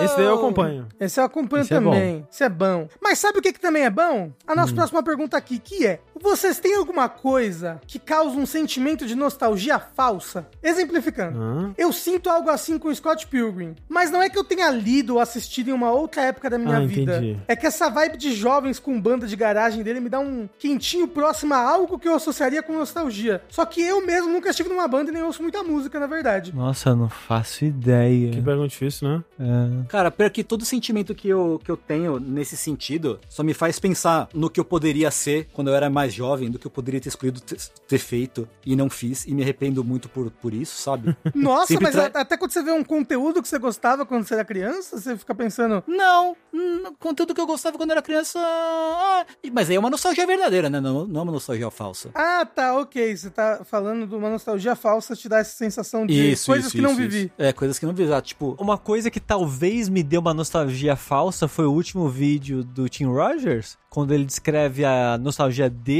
esse daí eu acompanho.
Esse eu acompanho
Isso é
também. Isso é bom. Mas sabe o que, que também é bom? A nossa próxima pergunta aqui, que é: vocês têm alguma coisa que causa um sentimento de nostalgia falsa? Exemplificando.
Hã?
Eu sinto algo assim com o Scott Pilgrim, mas não é que eu tenha lido ou assistido em uma outra época da minha
Ah,
vida.
entendi.
É que essa vibe de jovens com banda de garagem dele me dá um quentinho próximo a algo que eu associaria com nostalgia. Só que eu mesmo nunca estive numa banda e nem ouço muita música, na verdade.
Nossa, eu não faço ideia.
Que pergunta difícil, né?
É.
Cara, pior que todo sentimento que eu, que eu tenho nesse sentido só me faz pensar no que eu poderia ser quando eu era mais mais jovem do que eu poderia ter escolhido ter, ter feito e não fiz, e me arrependo muito por, por isso, sabe?
Nossa,
Sempre
mas a-
tra-
até quando você vê um conteúdo que você gostava quando você era criança, você fica pensando.
Não, hum, conteúdo que eu gostava quando era criança. ah, mas aí é uma nostalgia verdadeira, né? Não, não é uma nostalgia falsa.
Ah, tá, ok. Você tá falando de uma nostalgia falsa, te dá essa sensação de coisas que não vivi.
É, coisas que não vivi. Ah, tipo,
Uma coisa que talvez me deu uma nostalgia falsa foi o último vídeo do Tim Rogers, quando ele descreve a nostalgia dele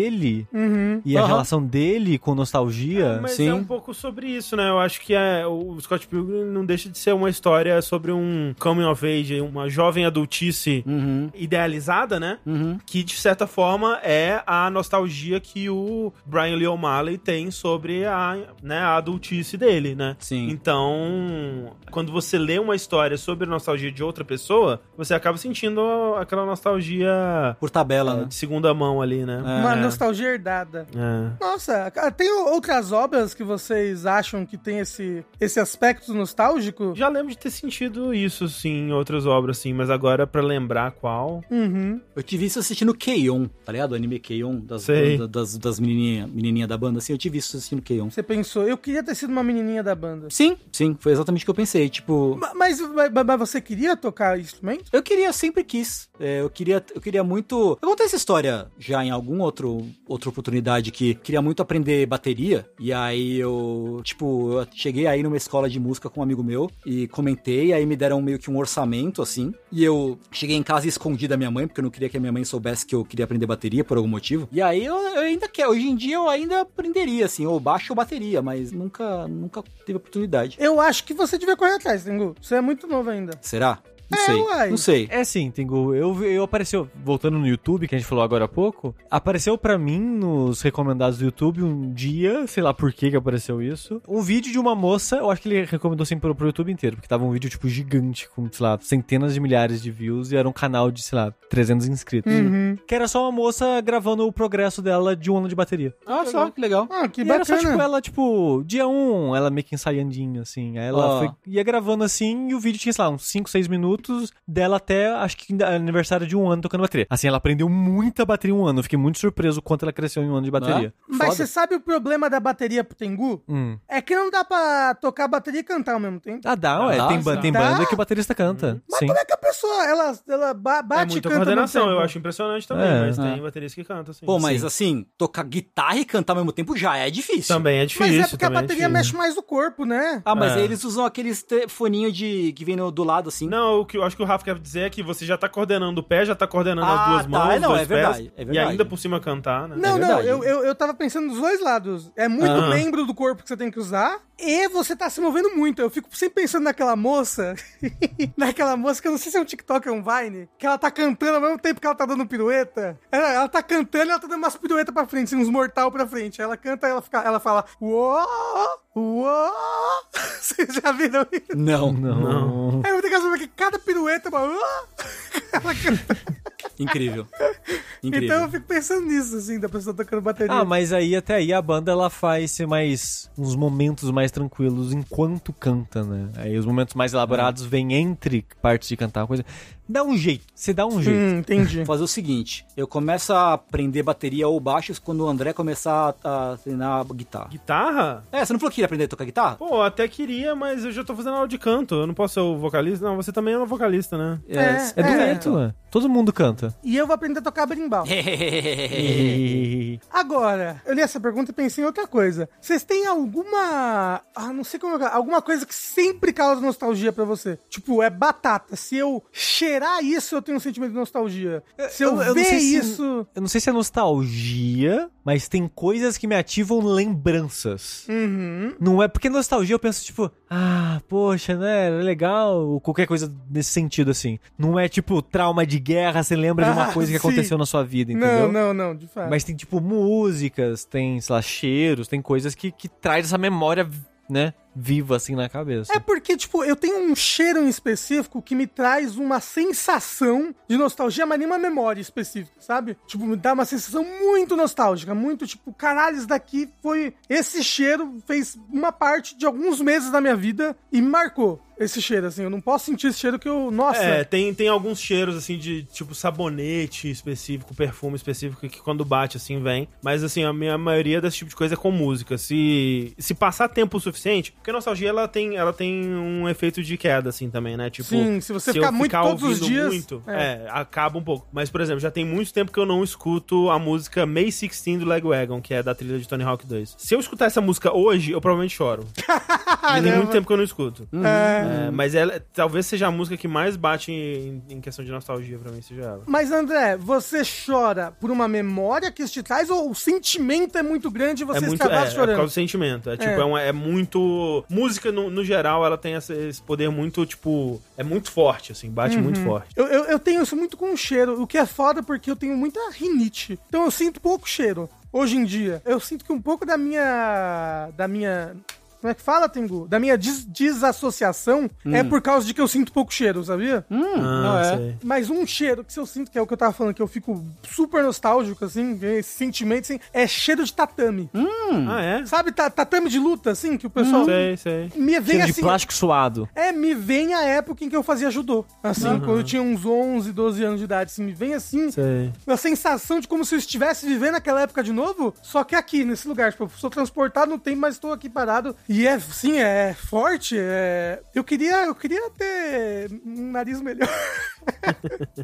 Uhum.
e a
Aham.
relação dele com nostalgia.
Mas
Sim.
é um pouco sobre isso, né? Eu acho que é, o Scott Pilgrim não deixa de ser uma história sobre um coming of age, uma jovem adultice
uhum,
idealizada, né?
uhum.
Que, de certa forma, é a nostalgia que o Brian Lee O'Malley tem sobre a, né, a adultice dele, né?
Sim.
Então, quando você lê uma história sobre a nostalgia de outra pessoa, você acaba sentindo aquela nostalgia
Por tabela,
eh,
né? É.
de segunda mão ali, né?
Ah.
Uma nostalgia herdada.
É.
Nossa, cara, tem o- outras obras que vocês acham que tem esse, esse aspecto nostálgico?
Já lembro de ter sentido isso, sim, em outras obras, sim, mas agora pra lembrar qual. é
Uhum.
Eu tive isso assistindo K-On, tá ligado? O anime K-On das,
Sei.
da- das, das menininha, menininha da banda, assim. Eu tive isso assistindo K-On.
Você pensou, eu queria ter sido uma menininha da banda.
Sim, sim, foi exatamente o que eu pensei. Tipo,
Ma- Mas, mas, mas você queria tocar instrumento?
eu queria, sempre quis. É, eu queria, eu queria muito. Eu contei essa história já em algum outro outra oportunidade que queria muito aprender bateria. E aí eu, tipo, eu cheguei aí numa escola de música com um amigo meu e comentei, aí me deram meio que um orçamento assim. E eu cheguei em casa e escondi da minha mãe, porque eu não queria que a minha mãe soubesse que eu queria aprender bateria por algum motivo. E aí eu, eu ainda quero, hoje em dia eu ainda aprenderia assim, ou baixo ou bateria, mas nunca nunca teve oportunidade.
Eu acho que você devia correr atrás, Tengu. Você é muito novo ainda.
Será? Não
É,
sei.
uai.
Não sei.
É sim, Tengu. Eu, vi- eu apareceu, voltando no YouTube, que a gente falou agora há pouco, apareceu pra mim nos recomendados do YouTube um dia, sei lá por que que apareceu isso, um vídeo de uma moça, eu acho que ele recomendou assim pro, pro YouTube inteiro, porque tava um vídeo, tipo, gigante, com, sei lá, centenas de milhares de views e era um canal de, sei lá, 300 inscritos.
Uhum.
Que era só uma moça gravando o progresso dela de um ano de bateria.
Ah, só que legal.
Ah, que
e
bacana.
era só, tipo, ela, tipo, dia um, ela meio que ensaiandinha, assim. Aí ela
Ó.
foi- ia gravando assim, e o vídeo tinha, sei lá, uns 5, 6 minutos dela até, acho que ainda- aniversário de um ano tocando bateria. Assim, ela aprendeu muita bateria em um ano. Eu fiquei muito surpreso o quanto ela cresceu em um ano de bateria.
Mas
Foda.
você sabe o problema da bateria pro Tengu?
Hum.
É que não dá pra tocar bateria e cantar ao mesmo tempo.
Ah, dá, ué.
Dá,
tem, ba-
dá.
tem banda que o baterista canta. Sim.
Como é que a pessoa, ela, ela ba- bate
É muita
e canta ao mesmo
coordenação,
tempo?
eu acho impressionante também,
É.
mas
É.
tem baterias que cantam, assim.
Pô, mas
Sim.
assim, tocar guitarra e cantar ao mesmo tempo já é difícil.
Também é
Mas
difícil.
é porque a
também é
bateria
difícil.
mexe mais o corpo, né?
Ah, mas
É.
aí eles usam aqueles te- foninho de que vem no- do lado assim.
Não, o que eu acho que o Rafa quer dizer é que você já tá coordenando o pé, já tá coordenando
Ah,
as duas
tá,
mãos,
é, não,
dois
é verdade,
pés,
é verdade.
e ainda por cima cantar, né?
Não, não,
verdade.
eu, eu, eu tava pensando dos dois lados. É muito
Ah.
membro do corpo que você tem que usar e você tá se movendo muito. Eu fico sempre pensando naquela moça, naquela moça que eu não sei se é um TikTok ou um Vine, que ela tá cantando ao mesmo tempo que ela tá dando pirueta. Ela, ela tá cantando e ela tá dando umas piruetas pra frente, assim, uns mortal pra frente. Ela canta e ela, fica, ela fala, uó, uó. Vocês já viram isso?
Não.
Não.
Aí eu tenho que saber que cada pirueta é uma... uó. Ela canta.
Incrível. Incrível.
Então eu fico pensando nisso, assim, da pessoa tocando bateria.
Ah, mas aí até aí a banda ela faz mais uns momentos mais tranquilos enquanto canta, né? Aí os momentos mais elaborados vêm entre partes de cantar, coisa. Dá um jeito, você dá um jeito.
Hum, entendi.
Vou fazer o seguinte, eu começo a aprender bateria ou baixos quando o André começar a, a treinar guitarra.
Guitarra?
É, você não falou que ia aprender a tocar guitarra?
Pô, até queria, mas eu já tô fazendo aula de canto. Eu não posso ser o vocalista. Não, você também é um vocalista, né?
É.
É dueto,
então.
né? Todo mundo canta.
E eu vou aprender a tocar berimbau.
É.
Agora, eu li essa pergunta e pensei em outra coisa. Vocês têm alguma. Ah, não sei como. é- Alguma coisa que sempre causa nostalgia pra você? Tipo, é batata. Se eu cheirar isso, eu tenho um sentimento de nostalgia. Se eu,
não
ver
sei se-
isso.
eu não sei se é nostalgia, mas tem coisas que me ativam lembranças.
Uhum.
Não é porque nostalgia eu penso, tipo, ah, poxa, né, era legal, ou qualquer coisa nesse sentido, assim. Não é, tipo, trauma de guerra, você lembra de
Ah,
uma coisa que
sim.
aconteceu na sua vida,
Não,
entendeu?
não, não, de fato.
Mas tem, tipo, músicas, tem, sei lá, cheiros, tem coisas que, que traz essa memória, né, viva assim na cabeça.
É porque, tipo, eu tenho um cheiro em específico que me traz uma sensação de nostalgia, mas nem uma memória específica, sabe? Tipo, me dá uma sensação muito nostálgica, muito tipo, caralho, isso daqui foi. Esse cheiro fez uma parte de alguns meses da minha vida e me marcou. Esse cheiro, assim, eu não posso sentir esse cheiro que eu. Nossa!
É, tem, tem alguns cheiros, assim, de tipo sabonete específico, perfume específico, que quando bate, assim, vem. Mas, assim, a minha maioria desse tipo de coisa é com música. Se, se passar tempo o suficiente, porque a nostalgia, ela tem, ela tem um efeito de queda, assim, também, né? Tipo,
Sim, se você
eu
ficar muito todos os
ouvindo
dias,
muito,
é.
é. acaba um pouco. Mas, por exemplo, já tem muito tempo que eu não escuto a música May 16 do Lagwagon, que é da trilha de Tony Hawk 2. Se eu escutar essa música hoje, eu provavelmente choro. E tem muito tempo que eu não escuto.
Uhum.
É, mas ela talvez seja a música que mais bate em, em questão de nostalgia pra mim, seja ela.
Mas André, você chora por uma memória que isso te traz ou o sentimento é muito grande e você
é muito é,
está quase
é por
chorando?
causa do sentimento. É tipo, é, uma- é muito. Música, no, no geral, ela tem essa- esse poder muito, tipo. É muito forte, assim, bate
Uhum.
muito forte.
Eu, eu, eu tenho isso muito com cheiro, o que é foda porque eu tenho muita rinite. Então eu sinto pouco cheiro. Hoje em dia, eu sinto que um pouco da minha. da minha. Como é que fala, Tengu? Da minha des- desassociação é
Hum.
por causa de que eu sinto pouco cheiro, sabia?
não é.
Ah, sei.
Mas um cheiro que se eu sinto, que é o que eu tava falando, que eu fico super nostálgico, assim, esse sentimento, assim, é cheiro de tatame.
Hum?
Ah, é?
Hum. Sabe, ta- tatame de luta, assim, que o pessoal.
Sei, sei.
Me vem
Hum. Cheiro
assim.
de plástico suado.
É, me vem a época em que eu fazia judô. Assim, quando eu tinha uns 11, 12 anos de idade, assim, me vem assim,
Sei.
a sensação de como se eu estivesse vivendo aquela época de novo, só que aqui, nesse lugar. Tipo, eu sou transportado no tempo, mas estou aqui parado. E é, sim, é forte. é- Eu, queria, eu queria ter um nariz melhor.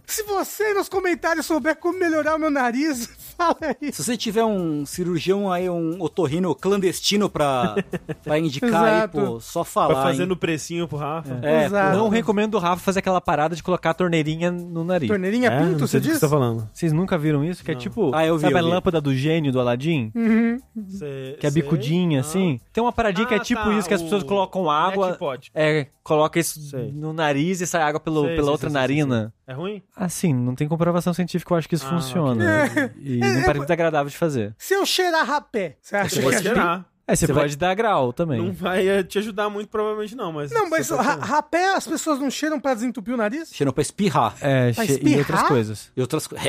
se você nos comentários souber como melhorar o meu nariz, fala aí.
Se você tiver um cirurgião aí, um otorrino clandestino pra, pra indicar aí,
Exato.
pô, só
Vai
falar.
Tá fazendo
hein?
precinho pro Rafa.
É,
Exato.
Não recomendo o Rafa fazer aquela parada de colocar a torneirinha no nariz.
Torneirinha
É,
pinto,
não
você
sei do que
diz?
você tá falando.
Vocês nunca viram isso? Que é tipo,
Ah, eu vi,
sabe
eu
a
vi.
lâmpada do gênio do Aladim?
Uhum.
Sei,
Que é
sei.
bicudinha,
Ah.
assim. Tem uma paradinha que é
Ah,
tipo
tá,
isso, que as
o
pessoas colocam água.
Net pot.
É, coloca isso
Sei.
no nariz e sai água pelo,
Sei,
pela
sei,
outra
sei, sei,
narina.
É ruim?
Assim, não tem comprovação científica, eu acho que isso
Ah,
funciona. E
É,
não parece muito agradável de fazer.
Se eu cheirar rapé, você acha
Você
que é
pode cheirar.
É, você,
Você vai-
pode dar grau também.
Não vai eh, te ajudar muito, provavelmente, não, mas.
Não, mas
você tá
ra-
pode cheirar.
rapé as pessoas não cheiram pra desentupir o nariz?
Cheirou pra espirrar.
É,
Vai
che- e
espirrar?
outras coisas.
E outras coisas.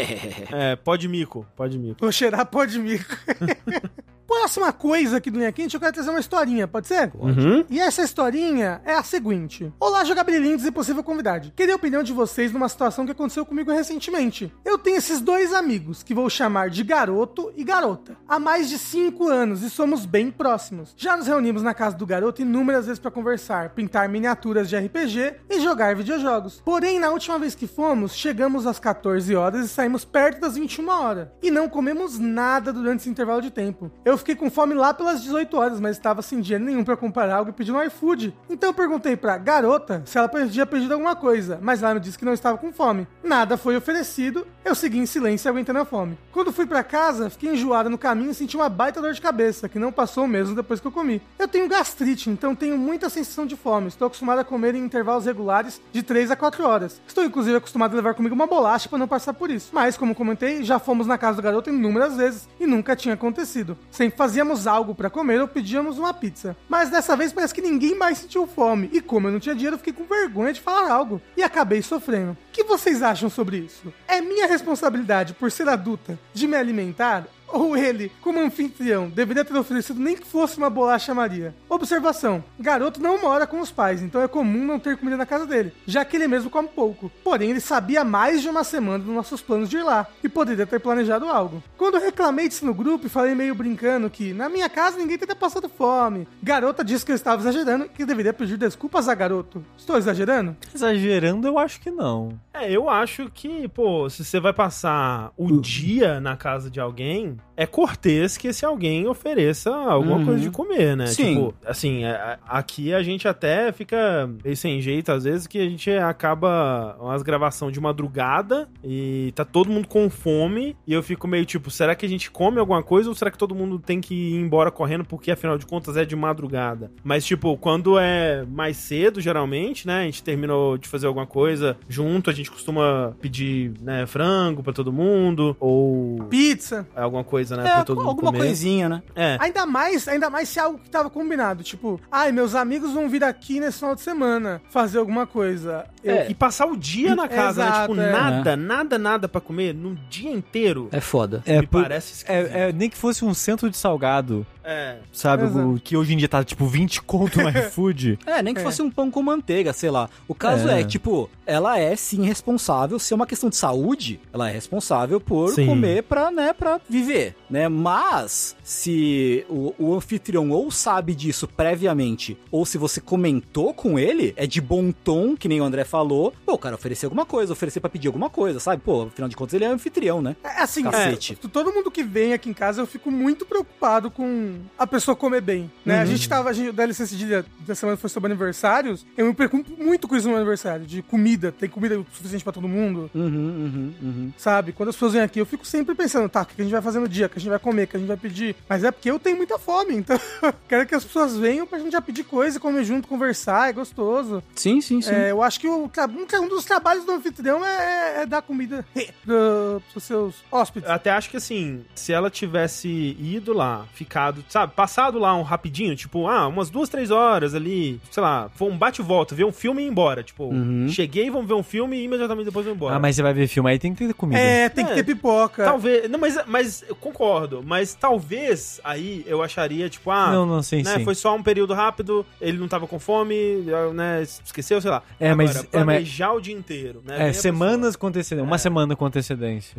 É, pode mico, pode mico.
Vou cheirar pó de mico. Próxima coisa aqui do Linha Quente, eu quero trazer uma historinha, pode ser?
Uhum.
E essa historinha é a seguinte. Olá, jogabilintes e possível convidado. Queria a opinião de vocês numa situação que aconteceu comigo recentemente. Eu tenho esses dois amigos, que vou chamar de garoto e garota, há mais de 5 anos e somos bem próximos. Já nos reunimos na casa do garoto inúmeras vezes para conversar, pintar miniaturas de RPG e jogar videojogos. Porém, na última vez que fomos, chegamos às 14 horas e saímos perto das 21 horas. E não comemos nada durante esse intervalo de tempo. Eu fiquei com fome lá pelas 18 horas, mas estava sem dinheiro nenhum para comprar algo e pedir um iFood. Então eu perguntei pra garota se ela podia pedido alguma coisa, mas ela me disse que não estava com fome. Nada foi oferecido, eu segui em silêncio aguentando a fome. Quando fui pra casa, fiquei enjoado no caminho e senti uma baita dor de cabeça, que não passou mesmo depois que eu comi. Eu tenho gastrite, então tenho muita sensação de fome. Estou acostumado a comer em intervalos regulares de 3 a 4 horas. Estou inclusive acostumado a levar comigo uma bolacha para não passar por isso. Mas, como comentei, já fomos na casa do garoto inúmeras vezes e nunca tinha acontecido. Sempre fazíamos algo para comer ou pedíamos uma pizza. Mas dessa vez parece que ninguém mais sentiu fome. E como eu não tinha dinheiro, eu fiquei com vergonha de falar algo e acabei sofrendo. O que vocês acham sobre isso? É minha responsabilidade, por ser adulta, de me alimentar? Ou ele, como anfitrião, deveria ter oferecido nem que fosse uma bolacha Maria. Observação: garoto não mora com os pais, então é comum não ter comida na casa dele, já que ele mesmo come pouco. Porém, ele sabia há mais de uma semana dos nossos planos de ir lá e poderia ter planejado algo. Quando eu reclamei disso no grupo e falei meio brincando que na minha casa ninguém teria passado fome, garota disse que eu estava exagerando e que deveria pedir desculpas a garoto. Estou exagerando?
Exagerando, eu acho que não.
É, eu acho que, pô, se você vai passar o dia na casa de alguém, é cortês que esse alguém ofereça alguma
Uhum.
coisa de comer, né?
Sim.
Tipo, assim, é, a- aqui a gente até fica meio sem jeito, às vezes, que a gente acaba umas gravação de madrugada e tá todo mundo com fome e eu fico meio tipo, será que a gente come alguma coisa ou será que todo mundo tem que ir embora correndo porque, afinal de contas, é de madrugada? Mas, tipo, quando é mais cedo, geralmente, né, a gente terminou de fazer alguma coisa junto, a gente costuma pedir, né, frango pra todo mundo ou
Pizza.
alguma coisa, né?
É,
pra todo mundo
alguma
comer.
coisinha, né?
É.
Ainda mais, ainda mais se é algo que tava combinado. Tipo, ai, meus amigos vão vir aqui nesse final de semana fazer alguma coisa. Eu-
E passar o dia na casa, né?
É.
Tipo,
Exato, é.
nada, nada, nada pra comer num dia inteiro.
É foda.
É,
me
por-
parece esquisito.
é- é, nem que fosse um centro de salgado,
É.
sabe?
Exato.
o- que hoje em dia tá tipo 20 conto no iFood.
É, nem que
É.
fosse um pão com manteiga, sei lá. O caso é.
É.
tipo, ela é sim responsável, se é uma questão de saúde, ela é responsável por
Sim.
comer pra, né, pra viver, né? Mas, se o, o anfitrião ou sabe disso previamente, ou se você comentou com ele, é de bom tom, que nem o André falou, pô, cara, oferecer alguma coisa, oferecer pra pedir alguma coisa, sabe? Pô, afinal de contas ele é anfitrião, né?
É assim,
Cacete.
é, todo mundo que vem aqui em casa, eu fico muito preocupado com a pessoa comer bem, né? A gente tava, a gente, da licença de dia da semana foi sobre aniversários, eu me preocupo muito com isso no meu aniversário, de comida, tem comida o suficiente pra todo mundo,
Uhum, uhum, uhum.
sabe? Quando as pessoas vêm aqui, eu fico sempre pensando, tá, o que a gente vai fazer no dia, o que a gente vai comer, o que a gente vai pedir, mas é porque eu tenho muita fome, então quero que as pessoas venham pra gente já pedir coisa, comer junto, conversar, é gostoso.
Sim, sim, sim.
É, eu acho que o tra- um, tra- um dos trabalhos do anfitrião é, é- é dar comida do, pros seus hóspedes.
Eu até acho que assim, se ela tivesse ido lá, ficado, sabe, passado lá um rapidinho, tipo, ah, umas duas, três horas ali, sei lá, foi um bate e volta, ver um filme e ir embora. Tipo,
Uhum.
cheguei, vamos ver um filme e imediatamente depois vou embora.
Ah, mas você vai ver filme aí, tem que ter comida.
É, tem que
É.
ter pipoca.
Talvez. Não, mas, mas eu concordo. Mas talvez aí eu acharia, tipo, ah.
não, não, sim,
né,
sim.
Foi só um período rápido, ele não tava com fome, né? Esqueceu, sei lá.
É, mas-
Agora,
é, mas-
planejar o dia inteiro, né? vem
É,
a
semanas com antecedência. Uma
É.
semana com antecedência.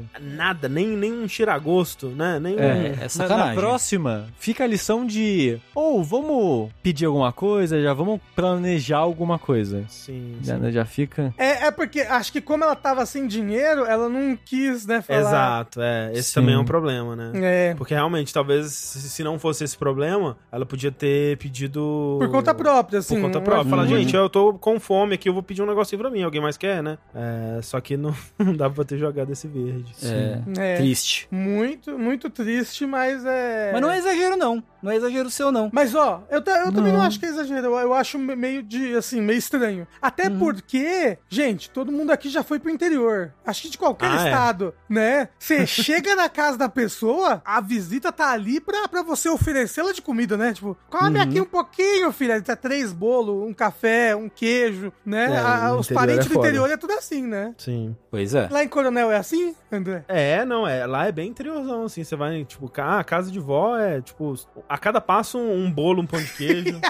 pessoa- Nada, nem, nem um tiragosto, né? Nem um-
é
Na-
sacanagem.
Na próxima, fica a lição de ou vamos pedir alguma coisa, já vamos planejar alguma coisa.
Sim, sim.
Já, né, já fica.
É, é porque acho que como ela tava sem dinheiro, ela não quis, né, falar.
Exato, é. Esse
Sim.
também é um problema, né?
É,
Porque realmente, talvez, se se não fosse esse problema, ela podia ter pedido.
por conta própria, assim.
Por conta
não-
própria. Falar,
não-
gente, eu tô com fome aqui, eu vou pedir um negocinho pra mim. Alguém mais quer, né? É, só que não, não dava pra ter jogado esse verde.
É,
É,
triste.
muito, muito triste, mas é...
Mas não é exagero, não. Não é exagero seu, não.
Mas, ó, eu, ta- eu também não
Não.
acho que é exagero. Eu, eu acho me- meio de, assim, meio estranho. Até
Uhum.
porque, gente, todo mundo aqui já foi pro interior. Acho que de qualquer
Ah, é.
estado, né? Você chega na casa da pessoa, a visita tá ali pra, pra você oferecê-la de comida, né? Tipo, come
Uhum.
aqui um pouquinho, filha. Tá três bolos, um café, um queijo, né?
É,
A-
no
os
interior
parentes
é
do
foda.
interior é tudo assim, né?
Sim.
Pois é.
Lá em Coronel é assim, André?
É, não, é. Lá é bem interiorzão, assim. Você vai, tipo, ca- a casa de vó é, tipo, a cada passo um, um bolo, um pão de queijo,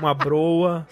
uma broa,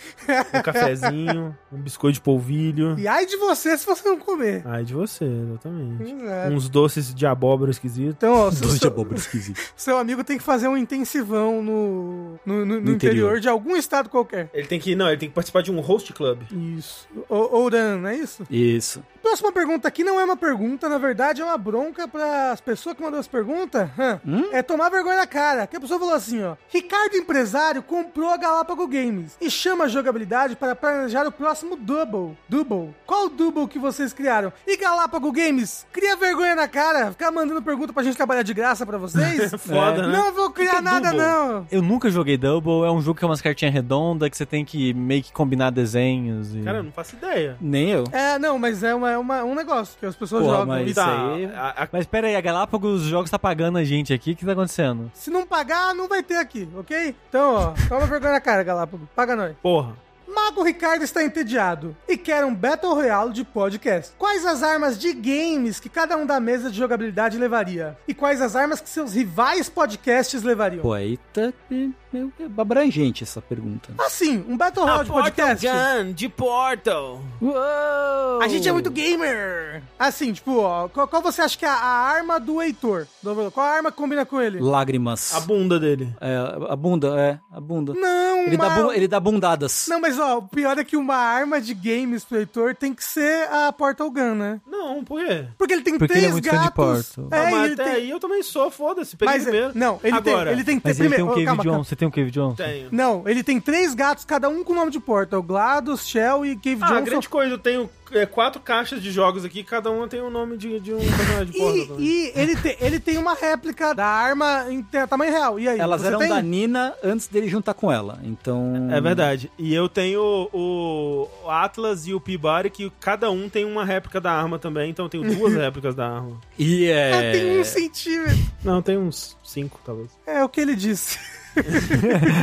um cafezinho, um biscoito de polvilho.
E ai de você se você não comer.
Ai de você, exatamente.
Exato.
Uns doces de abóbora esquisito.
Então, ó, se o seu-
esquisito.
Seu amigo tem que fazer um intensivão no, no, no- no
No
interior.
interior
de algum estado qualquer.
Ele tem que, não, ele tem que participar de um host club.
Isso. O- Ouran, não é isso?
Isso.
Próxima pergunta aqui não é uma pergunta, na verdade é uma bronca para as pessoas que mandam as perguntas. Hã?
Hum?
É tomar vergonha na cara. Que a pessoa falou assim, ó. Ricardo Empresário comprou a Galápago Games e chama a jogabilidade para planejar o próximo Double. Double. Qual o Double que vocês criaram? E Galápago Games, cria vergonha na cara, ficar mandando pergunta pra gente trabalhar de graça pra vocês?
Foda, né?
Não vou criar
é
nada,
Double?
não.
Eu nunca joguei Double, é um jogo que é umas cartinhas redondas que você tem que meio que combinar desenhos e.
Cara, eu não faço ideia.
Nem eu.
É, não, mas é, uma, é uma- um negócio que as pessoas
Porra,
jogam.
mas-
E
Isso aí-
Tá, a- a-
Mas pera aí, a Galápagos Jogos tá pagando a gente aqui, o que tá acontecendo?
Se não pagar, não vai ter aqui, ok? Então, ó, toma vergonha na cara, Galápago. Paga nós.
porra.
Mago Ricardo está entediado e quer um Battle Royale de podcast. Quais as armas de games que cada um da mesa de jogabilidade levaria? E quais as armas que seus rivais podcasts levariam?
Pô, aí tá é meio abrangente essa pergunta.
Assim, um Battle
Tá
Royale de podcast.
Gun de Portal.
Uou!
A gente é muito gamer! Assim, tipo, ó, qual, qual você acha que é a arma do Heitor? Do- Qual a arma que combina com ele?
Lágrimas.
A bunda dele.
É, a bunda, é. A bunda.
Não,
Ele, tá dá
uma-
bu- ele dá bundadas.
Não, mas ó, o pior é que uma arma de games pro Heitor tem que ser a Portal Gun, né?
Não, por quê?
Porque ele tem
Porque ele
três
é muito fã de
gatos. É,
Portal.
Ah, mas
ele
até
tem...
aí eu também sou, foda-se. Peguei
Mas, é-
primeiro.
não, ele
Agora,
tem, ele tem que ter
Mas ele
primeiro.
tem um
Ô,
cave
calma,
de
calma.
onça, tem o Cave Johnson?
Tenho.
Não, ele tem três gatos, cada um com nome de porta. O GLaDOS, Shell e Cave
Ah,
Johnson.
grande coisa, eu tenho é, quatro caixas de jogos aqui, cada uma tem o nome de, de um personagem de porra. também.
E, e ele, te- ele tem uma réplica da arma em te- tamanho real. E aí,
Elas
você
eram
tem?
da Nina antes dele juntar com ela. Então.
É verdade. E eu tenho o o Atlas e o Peabody, que cada um tem uma réplica da arma também, então eu tenho duas réplicas da arma.
E é.
É, tem um centímetro.
Não, tem uns cinco, talvez.
É o que ele disse.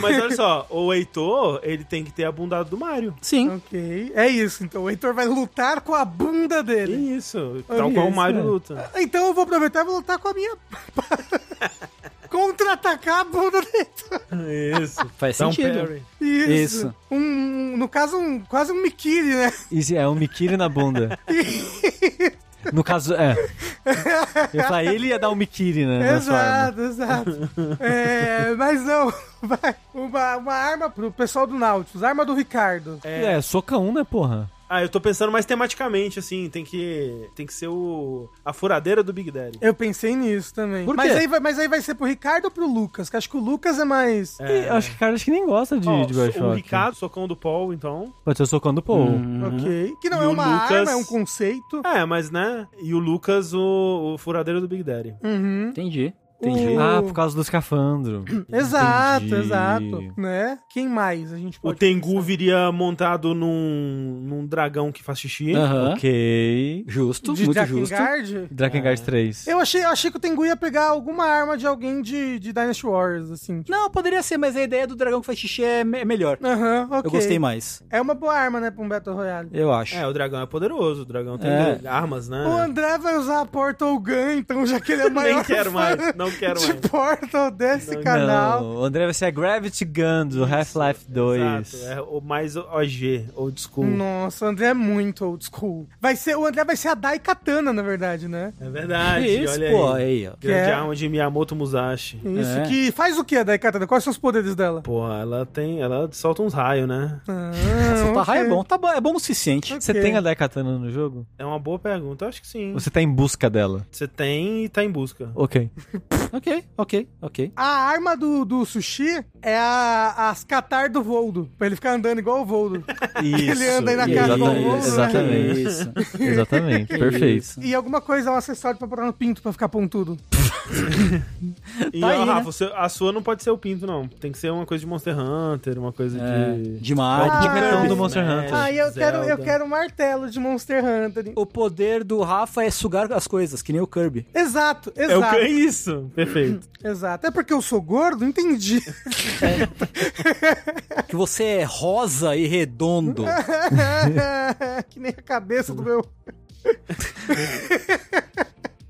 Mas olha só, o Heitor, ele tem que ter a bundada do Mario.
Sim.
ok, é isso. Então o Heitor vai lutar com a bunda dele.
É, né? Isso, né?
Olha
tal qual o
isso,
Mario
é.
luta.
Então eu vou aproveitar e vou lutar com a minha. Contra-atacar a bunda dele.
Isso.
Faz
Dá um
sentido.
parry.
Isso.
Isso.
Um, no caso, um, quase um Mikiri, né?
Isso é um Mikiri na bunda. No caso, é. Eu falei, ele ia dar um Mikiri, né? nessa arma.
Exato, exato. É, mas não, vai. Uma, uma arma pro pessoal do Nautilus, arma do Ricardo.
É, soca um, né, porra?
Ah, eu tô pensando mais tematicamente, assim, tem que, tem que ser o, a furadeira do Big Daddy.
Eu pensei nisso também.
Por
Mas,
quê?
aí vai, mas aí vai ser pro Ricardo ou pro Lucas? Que eu acho que o Lucas é mais.
E eu acho que o cara acho que nem gosta de,
Ó,
de
o
Bioshock.
Ricardo, socão do Paul, então.
Pode ser o socão do Paul.
Hum, Ok. Que não
E
é
o
uma
Lucas-
arma, é um conceito.
É, mas né? E o Lucas, o, o furadeiro do Big Daddy.
Uhum.
Entendi.
O-
Entendi.
Ah, por causa do escafandro.
Exato,
Entendi.
exato. Né? Quem mais a gente
O
pode.
Tengu viria montado num, num dragão que faz xixi.
Aham.
Ok.
Justo,
de
muito justo.
Drakengard?
Drakengard 3.
Eu achei, eu achei que o Tengu ia pegar alguma arma de alguém de, de Dynasty Warriors, assim. tipo-
Não, poderia ser, mas a ideia do dragão que faz xixi é me- melhor.
Aham, ok.
Eu gostei mais,
É uma boa arma, né, pra um Battle Royale.
eu acho.
É, o dragão é poderoso, o dragão tem
É.
armas, né?
O André vai usar a Portal Gun, então, já que ele é o Tipo maior
Nem quero
fã
mais, não quero
de
mais.
Portal desse
Não,
canal.
Não, o André vai ser a Gravity Gun do Half-Life 2.
Exato, é o mais OG, old school.
Nossa, o André é muito old school. Vai ser, o André vai ser a Dai Katana, na verdade, né?
É verdade,
Isso,
olha
pô,
aí.
aí, ó.
Grande
É.
arma de Miyamoto Musashi.
Isso
É.
que faz o que a Dai Katana? Quais são os poderes dela?
Pô, ela tem. Ela solta uns raios, né?
Ah,
Soltar
ok.
raio é bom, tá bom, é bom o suficiente.
Você
Ok.
tem a Daikatana no jogo?
É uma boa pergunta, eu acho que sim.
Ou Você tá em busca dela?
Você tem e tá em busca.
Ok.
Ok, ok, ok.
A arma do, do sushi é a, as catar do Voldo. Pra ele ficar andando igual o Voldo.
Isso.
Ele anda aí na
isso,
cara do
exatamente,
almoço, né?
Exatamente.
Isso.
Exatamente. Perfeito.
Isso.
E alguma coisa, um acessório pra botar no pinto pra ficar pontudo.
E
Tá
ó,
aí, né?
Rafa, você- a sua não pode ser o pinto, não. Tem que ser uma coisa de Monster Hunter, uma coisa
É,
de.
de Mario.
Ah,
de
não.
Kirby.
do Monster
Smash,
Hunter.
Ah, e eu quero, eu
É, Zelda.
quero um martelo de Monster Hunter.
O poder do Rafa é sugar as coisas, que nem o Kirby.
Exato,
É o
exato.
que é isso? Perfeito.
Exato. É porque eu sou gordo? Entendi.
Que você é rosa e redondo.
que nem a cabeça do meu.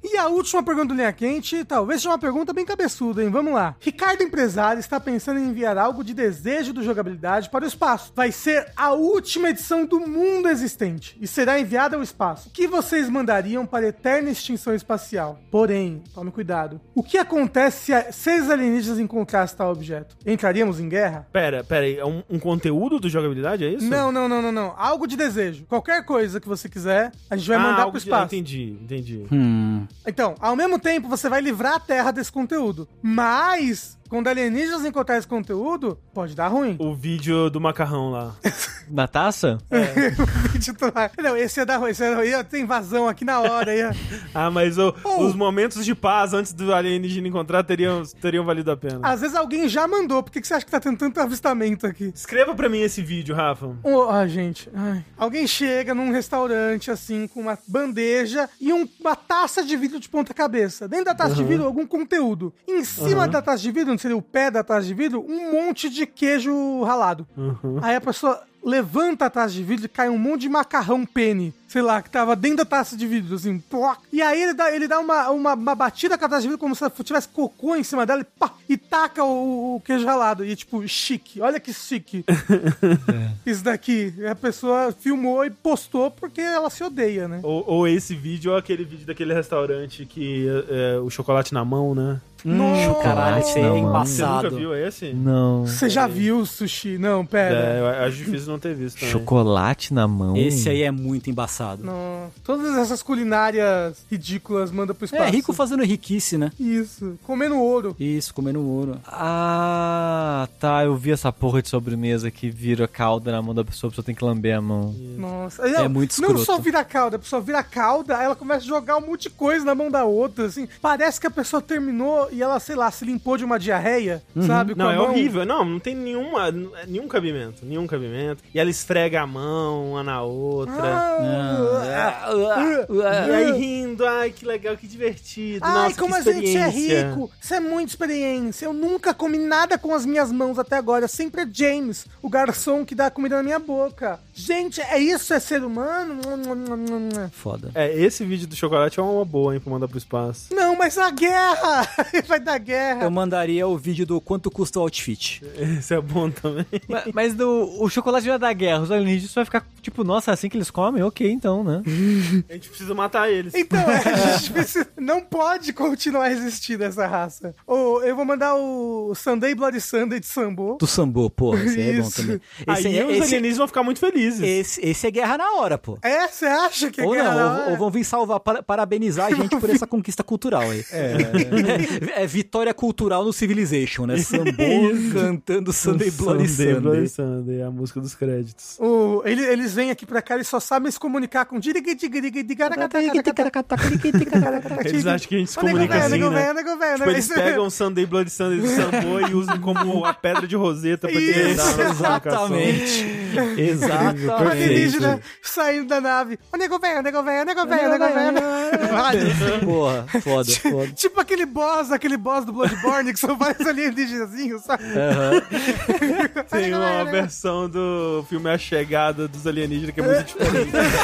E a última pergunta do Linha Quente, talvez seja uma pergunta bem cabeçuda, hein? Vamos lá. Ricardo Empresário está pensando em enviar algo de desejo do jogabilidade para o espaço. Vai ser a última edição do mundo existente e será enviada ao espaço. O que vocês mandariam para a eterna extinção espacial? Porém, tome cuidado. O que acontece se a- seis alienígenas encontrassem tal objeto? Entraríamos em guerra?
Pera, pera aí. É um, um conteúdo do jogabilidade, é isso?
Não, não, não, não, não. Algo de desejo. Qualquer coisa que você quiser, a gente vai
ah,
é mandar
algo
pro
de-
espaço.
entendi, entendi.
Hum.
Então, ao mesmo tempo, você vai livrar a Terra desse conteúdo. Mas, quando alienígenas encontrar esse conteúdo, pode dar ruim.
O vídeo do macarrão lá.
Na taça?
é.
Titular. tá não, esse ia dar ruim. Esse ia dar ruim. Ia ter invasão aqui na hora. Ia...
Ah, mas o-
Oh.
os momentos de paz antes do alienígena encontrar teriam, teriam valido a pena.
Às vezes alguém já mandou. Por que que você acha que tá tendo tanto avistamento aqui?
Escreva pra mim esse vídeo, Rafa.
Ô, ah, gente. ai. Alguém chega num restaurante, assim, com uma bandeja e um- uma taça de vidro de ponta-cabeça. Dentro da taça de vidro, algum conteúdo. Em cima da taça de vidro, não seria o pé da taça de vidro, um monte de queijo ralado. Aí a pessoa levanta a taça de vidro e cai um monte de macarrão pene, sei lá, que tava dentro da taça de vidro, assim, ploc. E aí ele dá, ele dá uma, uma, uma batida com a taça de vidro como se tivesse cocô em cima dela e pá, e taca o, o queijo ralado. E tipo, chique, olha que chique. Isso daqui. A pessoa filmou e postou porque ela se odeia, né?
Ou, ou esse vídeo ou aquele vídeo daquele restaurante que é, é, o chocolate na mão, né?
Nossa.
Caralho,
Chocolates,
isso
não,
é
mano.
Você
embaçado.
nunca viu esse?
Não.
Você já viu sushi? Não, pera.
É, eu acho difícil não ter
Ah.
visto. também.
Chocolate na mão.
Esse aí é muito embaçado.
Não. Todas essas culinárias ridículas manda pro espaço.
É, rico fazendo riquice, né?
Isso. Comendo ouro.
Isso, comendo ouro.
Ah, tá. Eu vi essa porra de sobremesa que vira calda na mão da pessoa, a pessoa tem que lamber a mão.
Nossa.
É muito
Não
escroto.
só vira a cauda, a pessoa vira a cauda, ela começa a jogar um monte de coisa na mão da outra, assim. Parece que a pessoa terminou e ela, sei lá, se limpou de uma diarreia,
Uhum.
sabe? com
Não,
a
é
mão.
horrível. Não, não tem nenhuma, nenhum cabimento. Nenhum cabimento. E ela esfrega a mão uma na outra.
Ah, ah, ah,
E aí rindo, ai que legal, que divertido.
Ai,
Nossa,
como
que
a gente é
experiência.
rico! Isso é muita experiência. Eu nunca comi nada com as minhas mãos até agora. Sempre é James, o garçom que dá a comida na minha boca. Gente, é isso? É ser humano?
Foda.
É, esse vídeo do chocolate é uma boa, hein, pra mandar pro espaço.
Não, mas a guerra! Vai dar guerra.
Eu mandaria o vídeo do quanto custa o outfit.
Esse é bom também.
Ma- Mas do, o chocolate já é da guerra, os alienígenas vai ficar tipo, nossa, é assim que eles comem? Ok, então, né?
A gente precisa matar eles.
Então, é, a gente precisa- não pode continuar resistindo a essa raça. Ou eu vou mandar o Sunday Bloody Sunday de Sambo.
Do Sambô, porra, esse aí é bom
Isso.
também. Esse,
Aí
é-
os
esse,
alienígenas vão ficar muito felizes.
esse, esse é guerra na hora, pô.
É, você acha que é
ou
guerra?
não, ou, ou vão vir salvar, para- parabenizar a gente por essa conquista cultural aí. É, é vitória cultural no Civilization, né? Sambô cantando é Sunday Bloody Um Sunday.
Bloody Sunday, a música dos créditos.
O- ele- eles vêm aqui pra cá e só sabem se comunicar com
Eles
Eles
acham que a gente se comunica assim, né?
É,
Tipo, eles pegam o Sunday Bloody Sunday do Sambo e usam como a pedra de roseta pra
Isso,
terminar a
Exatamente.
Exatamente.
alienígena saindo da nave. Ô, nego velho, nego velho, nego velho, nego velho. Vários.
Porra, foda, foda.
Tipo aquele boss, aquele boss do Bloodborne, que são vários alienígenazinhos, sabe? Ô,
Tem
nego velho,
uma
nego-
versão do filme A Chegada dos Alienígenas que é muito diferente.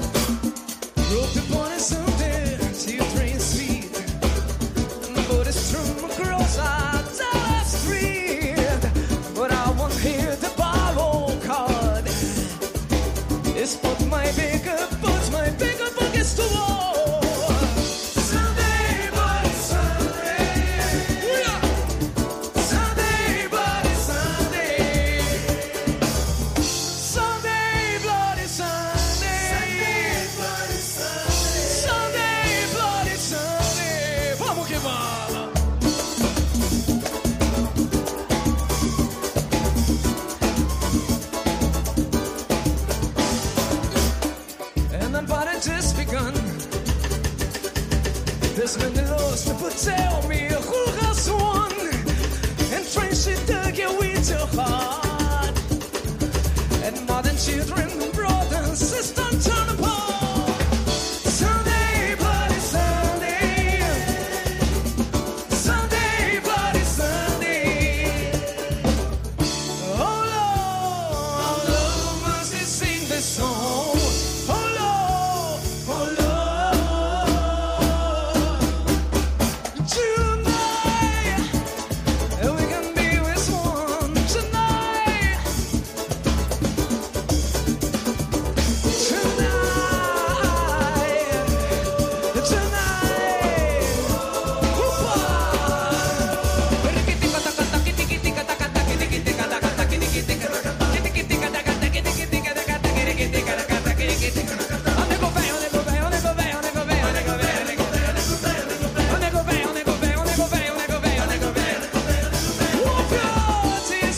Rope the border somewhere to your train seat. And the boat is from across our dollar street. But I won't hear the borrow card. It's put my bigger, put my bigger buckets to war. Sunday, bloody Sunday. Yeah. Sunday, bloody Sunday. Sunday, bloody Sunday. Sunday, bloody Sunday. Vamos que vamos. And I'm about to just begun. There's many laws to but tell me who has won. And friendship dug your with your heart. And modern children, brother and sister, turn upon. Sunday, bloody Sunday. Sunday, bloody Sunday. Oh Lord, oh Lord, must you sing this song? Oh Lord, oh Lord. Tonight, we can be with one tonight.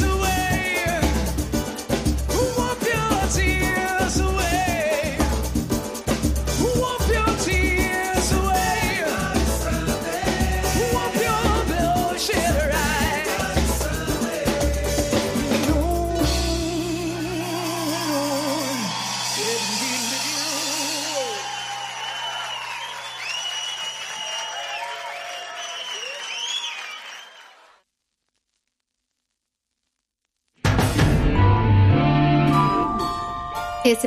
Away. Wipe your tears away. Wipe your tears away. Wipe your bloodshed right. No, no, no.
Esse